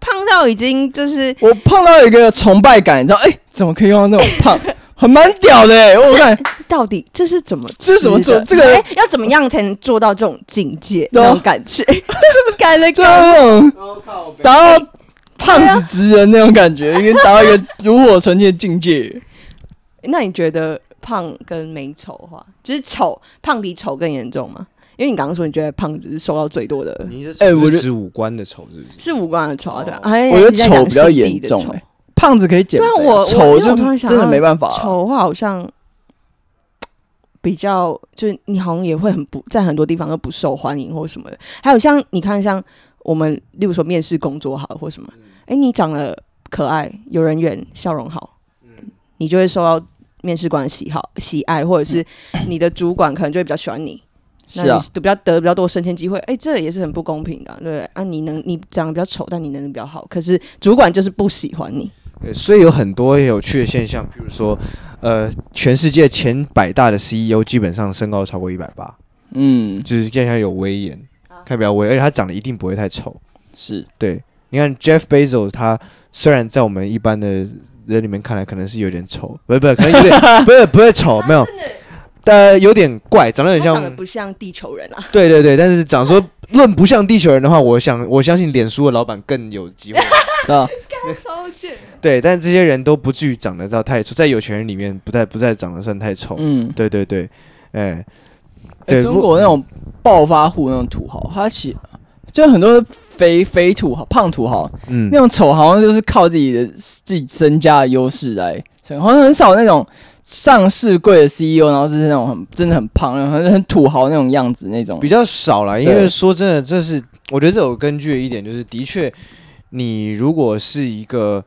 Speaker 3: 胖到已经就是
Speaker 2: 我碰到一个崇拜感，你知道，哎、怎么可以用到那种
Speaker 1: <laughs>
Speaker 2: 胖，很蛮屌的、哎我看
Speaker 3: 到底这是怎么
Speaker 2: 这是怎么
Speaker 3: 吃
Speaker 2: 做
Speaker 3: 的
Speaker 2: 这个
Speaker 3: 哎要怎么样才能做到这种境界
Speaker 2: 对啊
Speaker 3: <laughs> 那种感觉？改了
Speaker 2: 就
Speaker 3: 改，
Speaker 2: 那种达到胖子直人那种感觉，已经达到一个炉火纯青的境 <laughs> 界。
Speaker 3: 那你觉得胖跟美丑的话，就是丑胖比丑更严重吗？因为你刚刚说你觉得胖子是受到最多的，
Speaker 1: 你是
Speaker 2: 哎我觉得
Speaker 1: 指五官的丑是不是？
Speaker 3: 是五官的丑啊，对啊，
Speaker 1: 哦
Speaker 3: 还有
Speaker 2: 我觉得
Speaker 3: 一直在讲
Speaker 2: 丑比较
Speaker 3: 身体
Speaker 2: 严
Speaker 3: 的
Speaker 2: 重、
Speaker 3: 丑
Speaker 2: 哎胖子可以减肥啊，
Speaker 3: 对啊我我
Speaker 2: 丑
Speaker 3: 因为
Speaker 2: 就
Speaker 3: 我突然想到
Speaker 2: 真的没办法、啊。
Speaker 3: 丑的话好像比较，就是你好像也会很不在很多地方都不受欢迎或什么的。还有像你看，像我们例如说面试工作好了或什么，
Speaker 2: 嗯
Speaker 3: 哎、你长得可爱、有人缘、笑容好，你就会受到面试官的喜好、喜爱，或者是你的主管可能就会比较喜欢你。那
Speaker 2: 嗯是
Speaker 3: 你
Speaker 2: 啊，
Speaker 3: 比较得比较多升迁机会，哎、这也是很不公平的啊、对不对？啊，你能你长得比较丑，但你能力比较好，可是主管就是不喜欢你。
Speaker 1: 对所以有很多有趣的现象，比如说，呃，全世界前百大的 CEO 基本上身高超过一百八，
Speaker 2: 嗯，
Speaker 1: 就是见起来有威严，
Speaker 3: 啊
Speaker 1: 看比较威，而且他长得一定不会太丑。
Speaker 2: 是
Speaker 1: 对，你看 Jeff Bezos，他虽然在我们一般的人里面看来可能是有点丑，不是不是，可能
Speaker 2: <laughs>
Speaker 1: 有点不是不会丑，没有，但有点怪，长得很
Speaker 3: 他长
Speaker 1: 像
Speaker 3: 得不像地球人
Speaker 1: <laughs>
Speaker 3: 啊，
Speaker 1: 对对对，但是讲说论不像地球人的话，我想我相信脸书的老板更有机会。
Speaker 2: 对啊，
Speaker 3: 超贱。
Speaker 1: 对，但这些人都不至于长得到太丑，在有钱人里面不太不再长得算太丑。
Speaker 2: 嗯，
Speaker 1: 对对对，哎、
Speaker 2: 欸
Speaker 1: 对
Speaker 2: 中
Speaker 1: 不
Speaker 2: 国那种暴发户那种土豪，他其就很多肥肥土豪、胖土豪，
Speaker 1: 嗯
Speaker 2: 那，种丑好像就是靠自己的自己身家的优势来成，好像很少那种上市贵的 CEO，然后是那种很真的很胖、然后很很土豪那种样子那种
Speaker 1: 比。较少啦，因
Speaker 2: 对
Speaker 1: 为说真的，这是我觉得这有根据的一点，就是的确，你如果是一个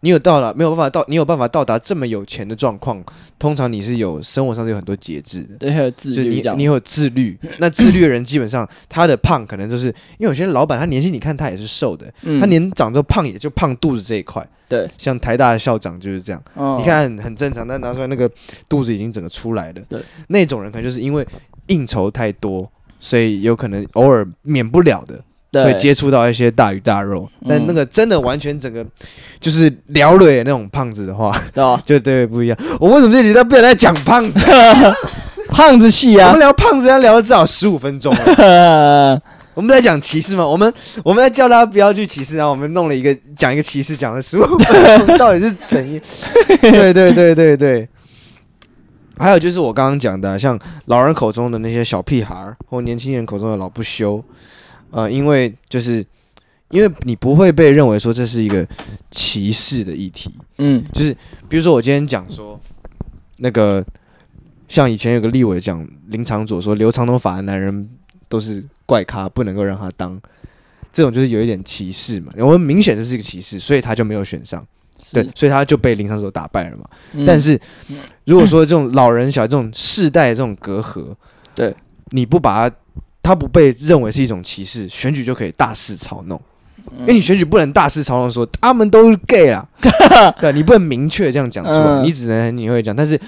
Speaker 1: 你有到达没有办法到你有办法到达这么有钱的状况，通常你是有生活上是有很多节制的。
Speaker 2: 对，还有自
Speaker 1: 就
Speaker 2: 律
Speaker 1: 你
Speaker 2: 这样
Speaker 1: 你。有自律，那自律的人基本上他的胖可能就是因为有些老板他年轻，你看他也是瘦的，
Speaker 2: 嗯
Speaker 1: 他年长之后胖也就胖肚子这一块。
Speaker 2: 对，
Speaker 1: 像台大的校长就是这样，
Speaker 2: 哦
Speaker 1: 你看很很正常，但拿出来那个肚子已经整个出来了。
Speaker 2: 对，
Speaker 1: 那种人可能就是因为应酬太多，所以有可能偶尔免不了的
Speaker 2: 对
Speaker 1: 会接触到一些大鱼大肉。
Speaker 2: 嗯
Speaker 1: 但那个真的完全整个就是聊累那种胖子的话， <laughs>
Speaker 2: 对哦吧？
Speaker 1: 就对不一样。我为什么这集在不想再讲胖子啊？
Speaker 2: <laughs> 胖子系
Speaker 1: 我
Speaker 2: 啊
Speaker 1: 们，聊胖子要聊了至少十五分钟了。啊我们在讲歧视吗？我们我们在叫大家不要去歧视，然后我们弄了一个讲一个歧视，讲了十五分钟，到底是怎样？对对对对对。还有就是我刚刚讲的啊，像老人口中的那些小屁孩儿，或年轻人口中的老不休，呃，因为就是因为你不会被认为说这是一个歧视的议题，
Speaker 2: <laughs> 嗯，
Speaker 1: 就是比如说我今天讲说那个，像以前有个立委讲林长佐说留长头发的男人都是怪咖，不能够让他当，这种就是有一点歧视嘛。我们明显这是一个歧视，所以他就没有选上，对
Speaker 2: 是，，
Speaker 1: 所以他就被林长佐打败了嘛。
Speaker 2: 嗯
Speaker 1: 但是如果说这种老人小孩这种世代这种隔阂，
Speaker 2: 对，
Speaker 1: 你不把它，它不被认为是一种歧视，选举就可以大肆嘲弄。
Speaker 2: 嗯
Speaker 1: 因为你选举不能大肆嘲弄说啊他们都是 gay
Speaker 2: <laughs>
Speaker 1: 啦，对，你不能明确这样讲出来，
Speaker 2: 嗯
Speaker 1: 你只能你会讲，但是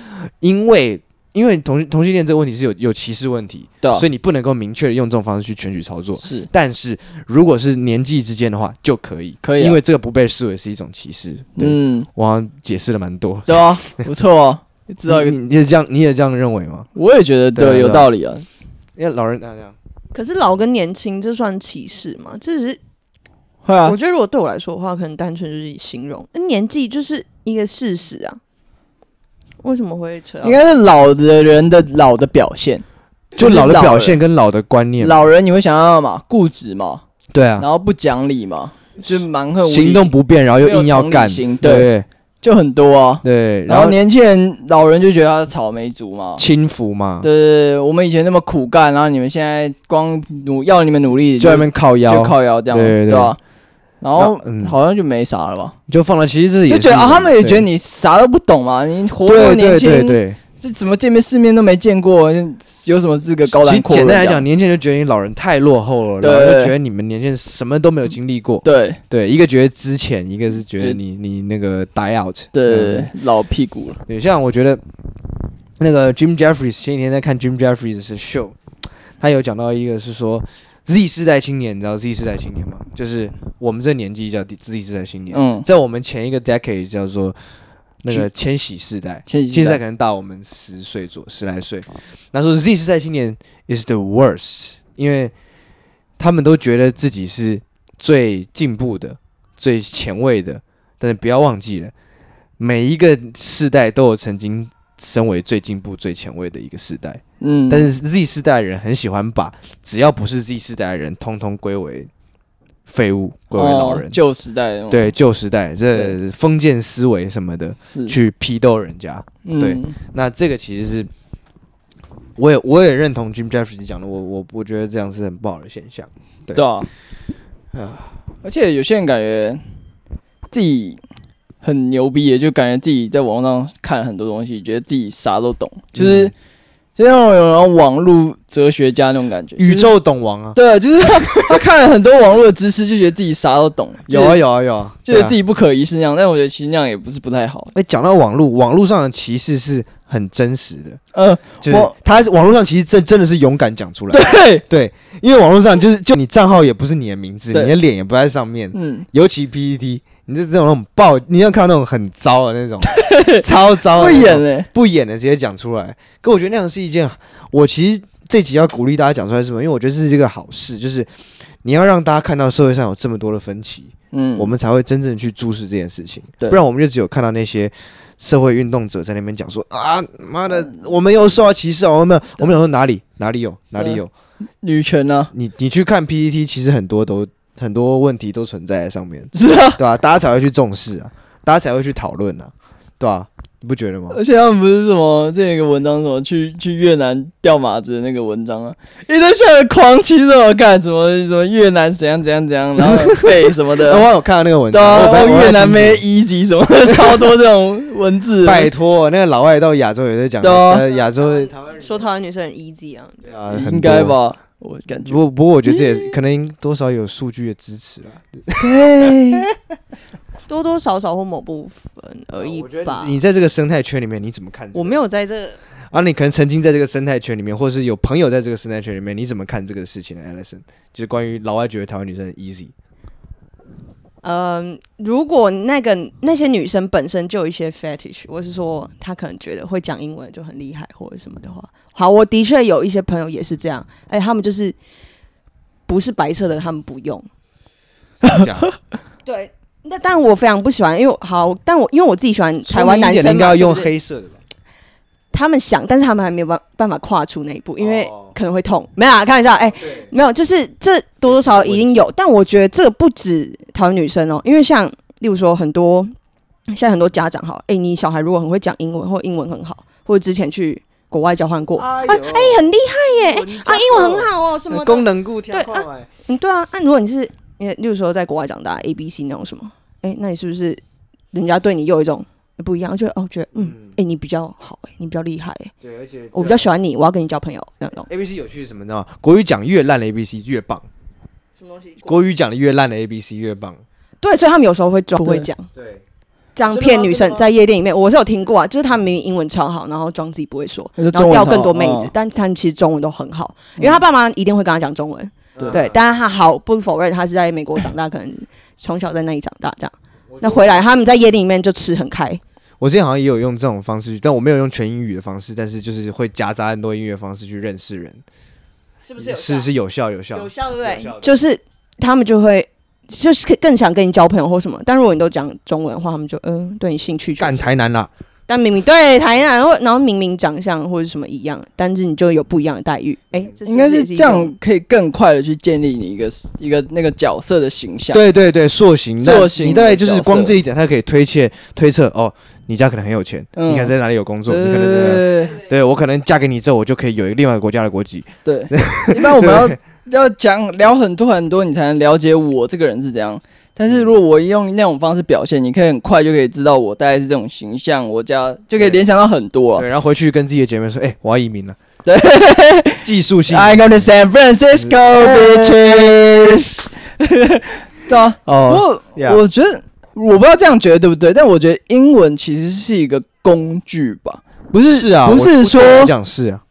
Speaker 1: 因为因为同同性恋这个问题是有有歧视问题，
Speaker 2: 对啊
Speaker 1: 所以你不能够明确的用这种方式去选举操作。
Speaker 2: 是
Speaker 1: 但是如果是年纪之间的话，就可以，
Speaker 2: 可以啊
Speaker 1: 因为这个不被视为是一种歧视。对，
Speaker 2: 嗯，
Speaker 1: 我好像解释了蛮多，<laughs>
Speaker 2: 对啊，不错哦，知道一个，
Speaker 1: 你你也这样，你也这样认为吗？
Speaker 2: 我也觉得
Speaker 1: 对啊
Speaker 2: 对，有
Speaker 1: 对啊
Speaker 2: 道理啊。
Speaker 1: 因为老人啊，这样
Speaker 3: 可是老跟年轻，这算歧视吗？这只是
Speaker 2: 会啊
Speaker 3: 我，觉得，如果对我来说的话，可能单纯就是形容年纪就是一个事实啊。为什么会扯到？
Speaker 2: 应该是老的人的老的表现，
Speaker 1: 就
Speaker 2: 就是
Speaker 1: 老的
Speaker 2: 老
Speaker 1: 表
Speaker 2: 了
Speaker 1: 现跟老的观念，
Speaker 2: 老人你会想要嘛固执嘛，
Speaker 1: 对啊
Speaker 2: 然，后不讲理嘛，就蛮横无理
Speaker 1: 行动不便，然后又
Speaker 2: 没有
Speaker 1: 硬要
Speaker 2: 同理
Speaker 1: 干，
Speaker 2: 心对，
Speaker 1: 对
Speaker 2: 就很多啊。
Speaker 1: 对，
Speaker 2: 然
Speaker 1: 然
Speaker 2: 后
Speaker 1: 后
Speaker 2: 年轻人老人就觉得他是草莓族嘛，
Speaker 1: 轻浮嘛，
Speaker 2: 对对对，我们以前那么苦干，然后你们现在光努要你们努力
Speaker 1: 就在那边靠
Speaker 2: 就
Speaker 1: 腰，
Speaker 2: 靠腰这样，
Speaker 1: 对对对
Speaker 2: 对吧？然后
Speaker 1: 那嗯
Speaker 2: 好像就没啥了吧，
Speaker 1: 就放了。其实这也
Speaker 2: 就觉得
Speaker 1: 是
Speaker 2: 啊，他们也觉
Speaker 1: 对
Speaker 2: 得你啥都不懂嘛，你活那么
Speaker 1: 对
Speaker 2: 年
Speaker 1: 对对
Speaker 2: 轻，
Speaker 1: 对，
Speaker 2: 这怎么见面世面都没见过，有什么资格高
Speaker 1: 其
Speaker 2: 谈
Speaker 1: 实
Speaker 2: 阔
Speaker 1: 简
Speaker 2: 论这
Speaker 1: 单来
Speaker 2: 样？
Speaker 1: 讲，年轻人就觉得你老人太落后了，
Speaker 2: 对
Speaker 1: 然后就觉得你们年轻人什么都没有经历过。
Speaker 2: 对
Speaker 1: 对，一个觉得之前，一个是觉得
Speaker 2: 对
Speaker 1: 你你那个 die out。
Speaker 2: 对对
Speaker 1: 嗯
Speaker 2: 对，老屁股了，
Speaker 1: 对，像我觉得那个 Jim Jeffries 前几天在看 Jim Jeffries 的 show，他有讲到一个是说 Z 世代青年，你知道 Z 世代青年吗？就是我们这年纪叫 Z 世代青年，
Speaker 2: 嗯，
Speaker 1: 在我们前一个 decade 叫做那个千禧世代，
Speaker 2: 千禧世代
Speaker 1: 千代可能大我们十岁左十来
Speaker 2: 啊
Speaker 1: 岁。那说 Z 世代青年 is the worst，因为他们都觉得自己是最进步的、最前卫的，但是不要忘记了，每一个世代都有曾经。身为最进步、最前卫的一个世代，
Speaker 2: 嗯，
Speaker 1: 但是 Z 世代的人很喜欢把只要不是 Z 世代的人，通通归为废物，归为老人
Speaker 2: 哦。旧时代的那种，
Speaker 1: 对旧时代这
Speaker 2: 对
Speaker 1: 封建思维什么的
Speaker 2: 是，
Speaker 1: 去批斗人家。对
Speaker 2: 嗯
Speaker 1: 那这个其实是，我也我也认同 Jim Jeffries 讲的，我我我觉得这样是很不好的现象。对
Speaker 2: 对啊
Speaker 1: 啊，
Speaker 2: 而且有些人感觉自己很牛逼耶，也就感觉自己在网络上看很多东西，觉得自己啥都懂，就是、
Speaker 1: 嗯
Speaker 2: 就那种有那种网络哲学家那种感觉，
Speaker 1: 宇
Speaker 2: 就是
Speaker 1: 宙懂王啊，
Speaker 2: 对，就是他 <laughs> 他看了很多网络的知识，就觉得自己啥都懂，
Speaker 1: 有
Speaker 2: 就
Speaker 1: 啊
Speaker 2: 是
Speaker 1: 有啊有啊，
Speaker 2: 就
Speaker 1: 对
Speaker 2: 觉
Speaker 1: 啊
Speaker 2: 得自己不可一世那样。但我觉得其实那样也不是不太好，
Speaker 1: 哎，讲到网络，网络上的歧视是很真实的，
Speaker 2: <laughs> 呃，
Speaker 1: 就是
Speaker 2: 我
Speaker 1: 他网络上其实真真的是勇敢讲出来，
Speaker 2: 对，
Speaker 1: 对，因为网络上就是就你账号也不是你的名字，
Speaker 2: 对
Speaker 1: 你的脸也不在上面，
Speaker 2: 嗯，
Speaker 1: 尤其 PPT，你这这种那种爆，你要看到那种很糟的那
Speaker 2: <laughs>
Speaker 1: 种，超糟的
Speaker 2: 会
Speaker 1: 那种，
Speaker 2: 演嘞，
Speaker 1: 不演的直接讲出来。可我觉得那样是一件，我其实这集要鼓励大家讲出来是什么？因为我觉得这是一个好事，就是你要让大家看到社会上有这么多的分歧，
Speaker 2: 嗯，
Speaker 1: 我们才会真正去注视这件事情。
Speaker 2: 对
Speaker 1: 不然我们就只有看到那些社会运动者在那边讲说啊，妈的，我们又受到歧视哦，我们我们想说哪里哪里有哪里有，
Speaker 2: 女权啊呢、
Speaker 1: 你你去看 PPT，其实很多都很多问题都存在在上面，
Speaker 2: 是啊，
Speaker 1: 对吧、大家才会去重视啊，大家才会去讨论啊，对吧、你不觉得吗？
Speaker 2: 而且他们不是什么这个文章什么去去越南钓马子的那个文章啊，一堆下来狂骑什么干什么什么越南怎样怎样怎样，然后背什么
Speaker 1: 那
Speaker 2: 的，
Speaker 1: <laughs> 我有看到那个文
Speaker 2: 对
Speaker 1: 章，
Speaker 2: 啊，
Speaker 1: 我本来
Speaker 2: 然后越南
Speaker 1: 没
Speaker 2: 妹一级什么的，超多这种文字的，
Speaker 1: 拜托，那个老外到亚洲也在讲，
Speaker 2: 对啊
Speaker 1: 呃亚洲台湾
Speaker 3: 说台湾女生很 easy 啊，
Speaker 1: 人啊，很
Speaker 2: 应该
Speaker 1: 多。
Speaker 2: 吧？我感觉
Speaker 1: 不过不过，我觉得这也可能多少有数据的支持啊啦。
Speaker 2: 对，
Speaker 3: 多多少少或某部分而已
Speaker 1: 我觉得
Speaker 3: 吧
Speaker 1: 你。你在这个生态圈里面，你怎么看、
Speaker 3: 我没
Speaker 1: 有
Speaker 3: 有在这
Speaker 1: 啊，你可能曾经在这个生态圈里面，或是有朋友在这个生态圈里面，你怎么看这个事情呢？Alison，就是关于老外觉得台湾女生很 easy，
Speaker 3: 嗯，如果那个那些女生本身就有一些 fetish，我是说她可能觉得会讲英文就很厉害或者什么的话，好，我的确有一些朋友也是这样，哎、他们就是不是白色的，他们不用。
Speaker 1: 是这样
Speaker 3: 对，那但我非常不喜欢，因为我好，但我因为我自己喜欢 <laughs> 台湾男
Speaker 1: 聪明一点的
Speaker 3: 生
Speaker 1: 应
Speaker 3: 嘛
Speaker 1: 该要
Speaker 3: 是不
Speaker 1: 用
Speaker 3: 是
Speaker 1: 黑色的吧？
Speaker 3: 他们想，但是他们还没有办办法跨出那一步，因为
Speaker 1: 哦
Speaker 3: 可能会痛。没有啦，开玩笑，哎、没有，就是这多多少少一
Speaker 1: <laughs>
Speaker 3: 定有，但我觉得这个不止台湾女生哦，因为像例如说很多现在很多家长哈，哎、你小孩如果很会讲英文，或英文很好，或者之前去国外交换过，
Speaker 1: 哎哦
Speaker 3: 哎、很厉害耶，哎、啊，英文很好哦，什么的
Speaker 1: 功能固调
Speaker 3: 对
Speaker 1: 换来
Speaker 3: 嗯，对啊，那、如果你是，你例如说在国外长大，A、B、C 那种什么，哎、那你是不是人家对你有一种不一样，就哦觉得嗯，哎、你比较好、哎，你比较厉害、哎，
Speaker 1: 对，而且
Speaker 3: 我
Speaker 2: 啊
Speaker 3: 比较喜欢你，我要跟你交朋友那种。
Speaker 1: A B C 有趣是什么？你知道吗？国语讲越烂的 A B C 越棒，
Speaker 3: 什么东西？
Speaker 1: 国语讲的越烂的 A B C 越棒。
Speaker 3: 对，所以他们有时候会装
Speaker 2: 啊
Speaker 3: 不会讲，
Speaker 1: 对，
Speaker 3: 这
Speaker 1: 真的
Speaker 3: 样
Speaker 1: 吗
Speaker 3: 骗女
Speaker 1: 真的
Speaker 3: 生
Speaker 1: 吗
Speaker 3: 在夜店里面，我是有听过啊，就是他们明明英文超好，然后装自己不会说，
Speaker 2: 那就
Speaker 3: 然
Speaker 2: 中
Speaker 3: 后
Speaker 2: 文
Speaker 3: 钓
Speaker 2: 超
Speaker 3: 更多
Speaker 2: 好
Speaker 3: 妹子，
Speaker 2: 嗯
Speaker 3: 但他们其实中文都很好，因为他爸妈一定会跟他讲中文，
Speaker 2: 啊
Speaker 1: 啊
Speaker 3: 对，但是他好不否认他是在美国长大，可能从小在那里长大这样。那回来他们在夜店里面就吃很开，
Speaker 1: 我之前好像也有用这种方式去，但我没有用全英语的方式，但是就是会夹杂很多英语的方式去认识人，
Speaker 3: 是不
Speaker 1: 是是有效有效。
Speaker 3: 有效对不
Speaker 1: 有效的
Speaker 3: 对？就是他们就会就是更想跟你交朋友或什么，但如果你都讲中文的话，他们就嗯、对你兴趣缺
Speaker 1: 干
Speaker 3: 缺
Speaker 1: 台南啊啦、
Speaker 3: 但明明对台南或然后明明长相或者什么一样，但是你就有不一样的待遇，哎、这
Speaker 2: 应该
Speaker 3: 是
Speaker 2: 是
Speaker 3: 不是也一
Speaker 2: 这
Speaker 3: 种
Speaker 2: 样，可以更快的去建立你一个一个那个角色的形象。
Speaker 1: 对对对，塑形，那
Speaker 2: 塑形
Speaker 1: 你大概就
Speaker 2: 的
Speaker 1: 是
Speaker 2: 角
Speaker 1: 光
Speaker 2: 色
Speaker 1: 这一点，他可以推切推测哦，你家可能很有钱，
Speaker 2: 嗯
Speaker 1: 你可能在哪里有工作，
Speaker 2: 对
Speaker 1: 你可能在哪里对我可能嫁给你之后，我就可以有一个另外一个国家的国籍。 <laughs>
Speaker 2: 对，一般我们要要讲聊很多很多，你才能了解我这个人是怎样。但
Speaker 1: 嗯
Speaker 2: 是如果我用那种方式表现，你可以很快就可以知道我大概是这种形象，我家就可以联想到很多
Speaker 1: 对，然后回去跟自己的姐妹说，哎、我要移民了。
Speaker 2: 对，
Speaker 1: <laughs> 技术性
Speaker 2: I go to San Francisco, bitches。对啊，不
Speaker 1: 哦，
Speaker 2: 过
Speaker 1: yeah
Speaker 2: 我觉得我不知道这样觉得对不对，但我觉得英文其实是一个工具吧，不是
Speaker 1: 是啊，
Speaker 2: 不
Speaker 1: 我
Speaker 2: 是说
Speaker 1: 我讲是啊，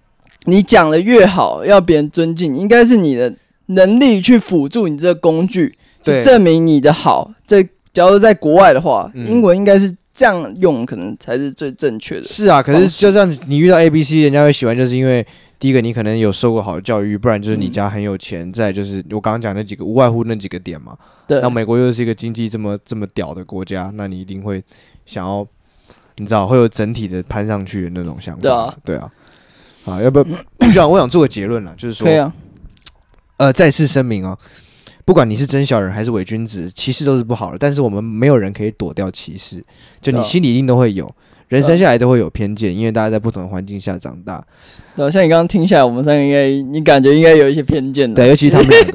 Speaker 2: 你讲的越好，要别人尊敬，应该是你的能力去辅助你这个工具，
Speaker 1: 对
Speaker 2: 去证明你的好。这假如在国外的话，
Speaker 1: 嗯
Speaker 2: 英文应该是这样用，可能才是最正确的。
Speaker 1: 是啊，可
Speaker 2: 方
Speaker 1: 是
Speaker 2: 式
Speaker 1: 就像你遇到 A、B、C，人家会喜欢，就是因为第一个你可能有受过好的教育，不然就是你
Speaker 2: 嗯
Speaker 1: 家很有钱，再来就是我刚刚讲那几个，无外乎那几个点嘛。
Speaker 2: 对
Speaker 1: 那，美国又是一个经济这么这么屌的国家，那你一定会想要，你知道会有整体的攀上去的那种想法。
Speaker 2: 对啊，
Speaker 1: 对啊。啊，要不我想我想做个结论啦，就是说
Speaker 2: 可，以啊，
Speaker 1: 呃，再次声明哦，不管你是真小人还是伪君子，歧视都是不好的。但是我们没有人可以躲掉歧视，就
Speaker 2: 对
Speaker 1: 你
Speaker 2: 啊
Speaker 1: 心里一定都会有，人
Speaker 2: 对啊
Speaker 1: 生下来都会有偏见，因为大家在不同的环境下长大。
Speaker 2: 对啊，像你刚刚听下来，我们三个应该，你感觉应该有一些偏见的，
Speaker 1: 对，尤其他们两
Speaker 2: <laughs>
Speaker 1: 个，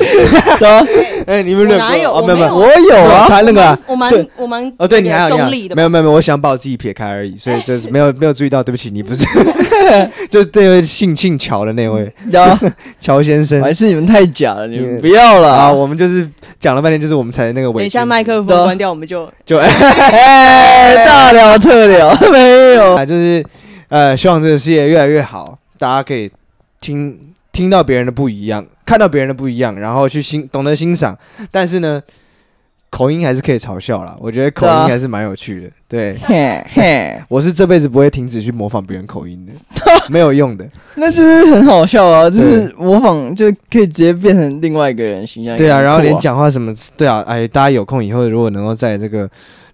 Speaker 2: 对啊，
Speaker 1: 哎，你们
Speaker 3: 我
Speaker 1: 两
Speaker 3: 哪
Speaker 1: 个
Speaker 3: 有
Speaker 1: 哦，
Speaker 3: 我
Speaker 1: 没有
Speaker 3: 没
Speaker 1: 没
Speaker 3: 有
Speaker 1: 有，
Speaker 2: 我有
Speaker 1: <laughs>
Speaker 2: 啊，
Speaker 1: 他那个啊
Speaker 3: 我蛮
Speaker 1: 对
Speaker 3: 我蛮
Speaker 1: 哦，对你还有
Speaker 3: 那
Speaker 1: 你
Speaker 3: 个
Speaker 1: 还有
Speaker 3: 中立的
Speaker 1: 没
Speaker 3: 吧，
Speaker 1: 有没有没有，我想把我自己撇开而已，所以就是没有没有注意到，对不起，你不
Speaker 3: <laughs>
Speaker 1: 是，就这位姓姓乔的那位
Speaker 2: 对啊，
Speaker 1: 乔先生
Speaker 2: 还是你们太假了，你
Speaker 1: 因为
Speaker 2: 们不要了
Speaker 1: 啊，我们就是讲了半天，就是我们才那个
Speaker 3: 等
Speaker 1: 伪
Speaker 3: 一
Speaker 1: 君子，
Speaker 3: 下麦克
Speaker 2: 对啊
Speaker 3: 风关掉，我们就 <laughs>
Speaker 1: 就
Speaker 2: 哎，大聊特聊， <laughs> 没有，
Speaker 1: 啊，就是呃，希望这个世界越来越好，大家可以听听到别人的不一样，看到别人的不一样，然后去欣懂得欣赏，但是呢，口音还是可以嘲笑啦，我觉得口
Speaker 2: 对啊
Speaker 1: 音还是蛮有趣的。对，啊
Speaker 2: 嘿嘿，
Speaker 1: 我是这辈子不会停止去模仿别人口音 <laughs> 的，没有用的。
Speaker 2: 那就是很好笑啊，就是模仿就可以直接变成另外一个人的形象。
Speaker 1: 对啊，
Speaker 2: 也很酷
Speaker 1: 然后连，讲话什么，对啊，哎，大家有空以后如果能够在这个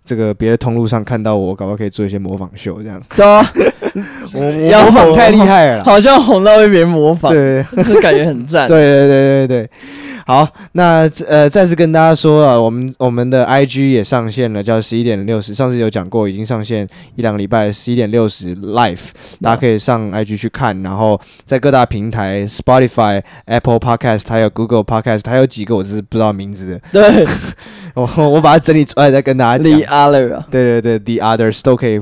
Speaker 1: 这个别的通路上看到我，搞不好可以做一些模仿秀这样。
Speaker 2: 对啊，
Speaker 1: <laughs> 我我
Speaker 2: 要
Speaker 1: 模仿太厉害了啦，
Speaker 2: 好像红到被别人模仿，
Speaker 1: 对
Speaker 2: <laughs> 这感觉很
Speaker 1: <laughs>
Speaker 2: 赞
Speaker 1: 对。对对对对。好，那呃，再次跟大家说啊，我们我们的 IG 也上线了，叫十一点六十，上次有讲过，已经上线一两个礼拜，十一点六十 Live，大家可以上 IG 去看，然后在各大平台 Spotify、Apple Podcast，还有 Google Podcast，还有几个我是不知道名字的，
Speaker 2: 对，
Speaker 1: 我我把它整理出来再跟大家讲
Speaker 2: 李。阿乐啊，
Speaker 1: 对对对，The Others 都可以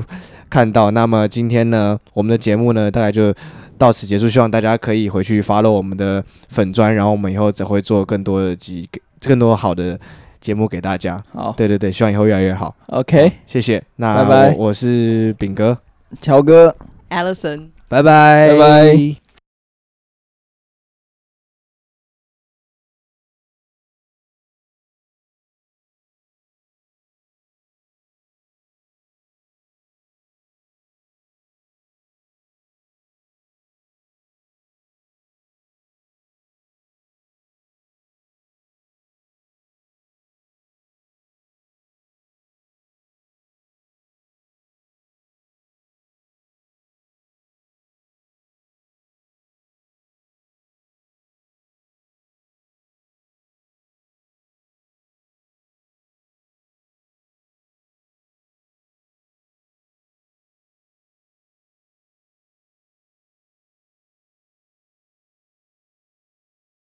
Speaker 1: 看到。那么今天呢，我们的节目呢，大概就到此结束。希望大家可以回去 follow 我们的粉砖，然后我们以后只会做更多的集，更多好的节目给大家。
Speaker 2: 好
Speaker 1: 对对对，希望以后越来越好。
Speaker 2: ，OK，
Speaker 1: 谢谢。那
Speaker 2: 拜拜
Speaker 1: 我我是炳哥，
Speaker 2: 乔哥。
Speaker 3: Alison。
Speaker 1: 拜拜
Speaker 2: 拜拜。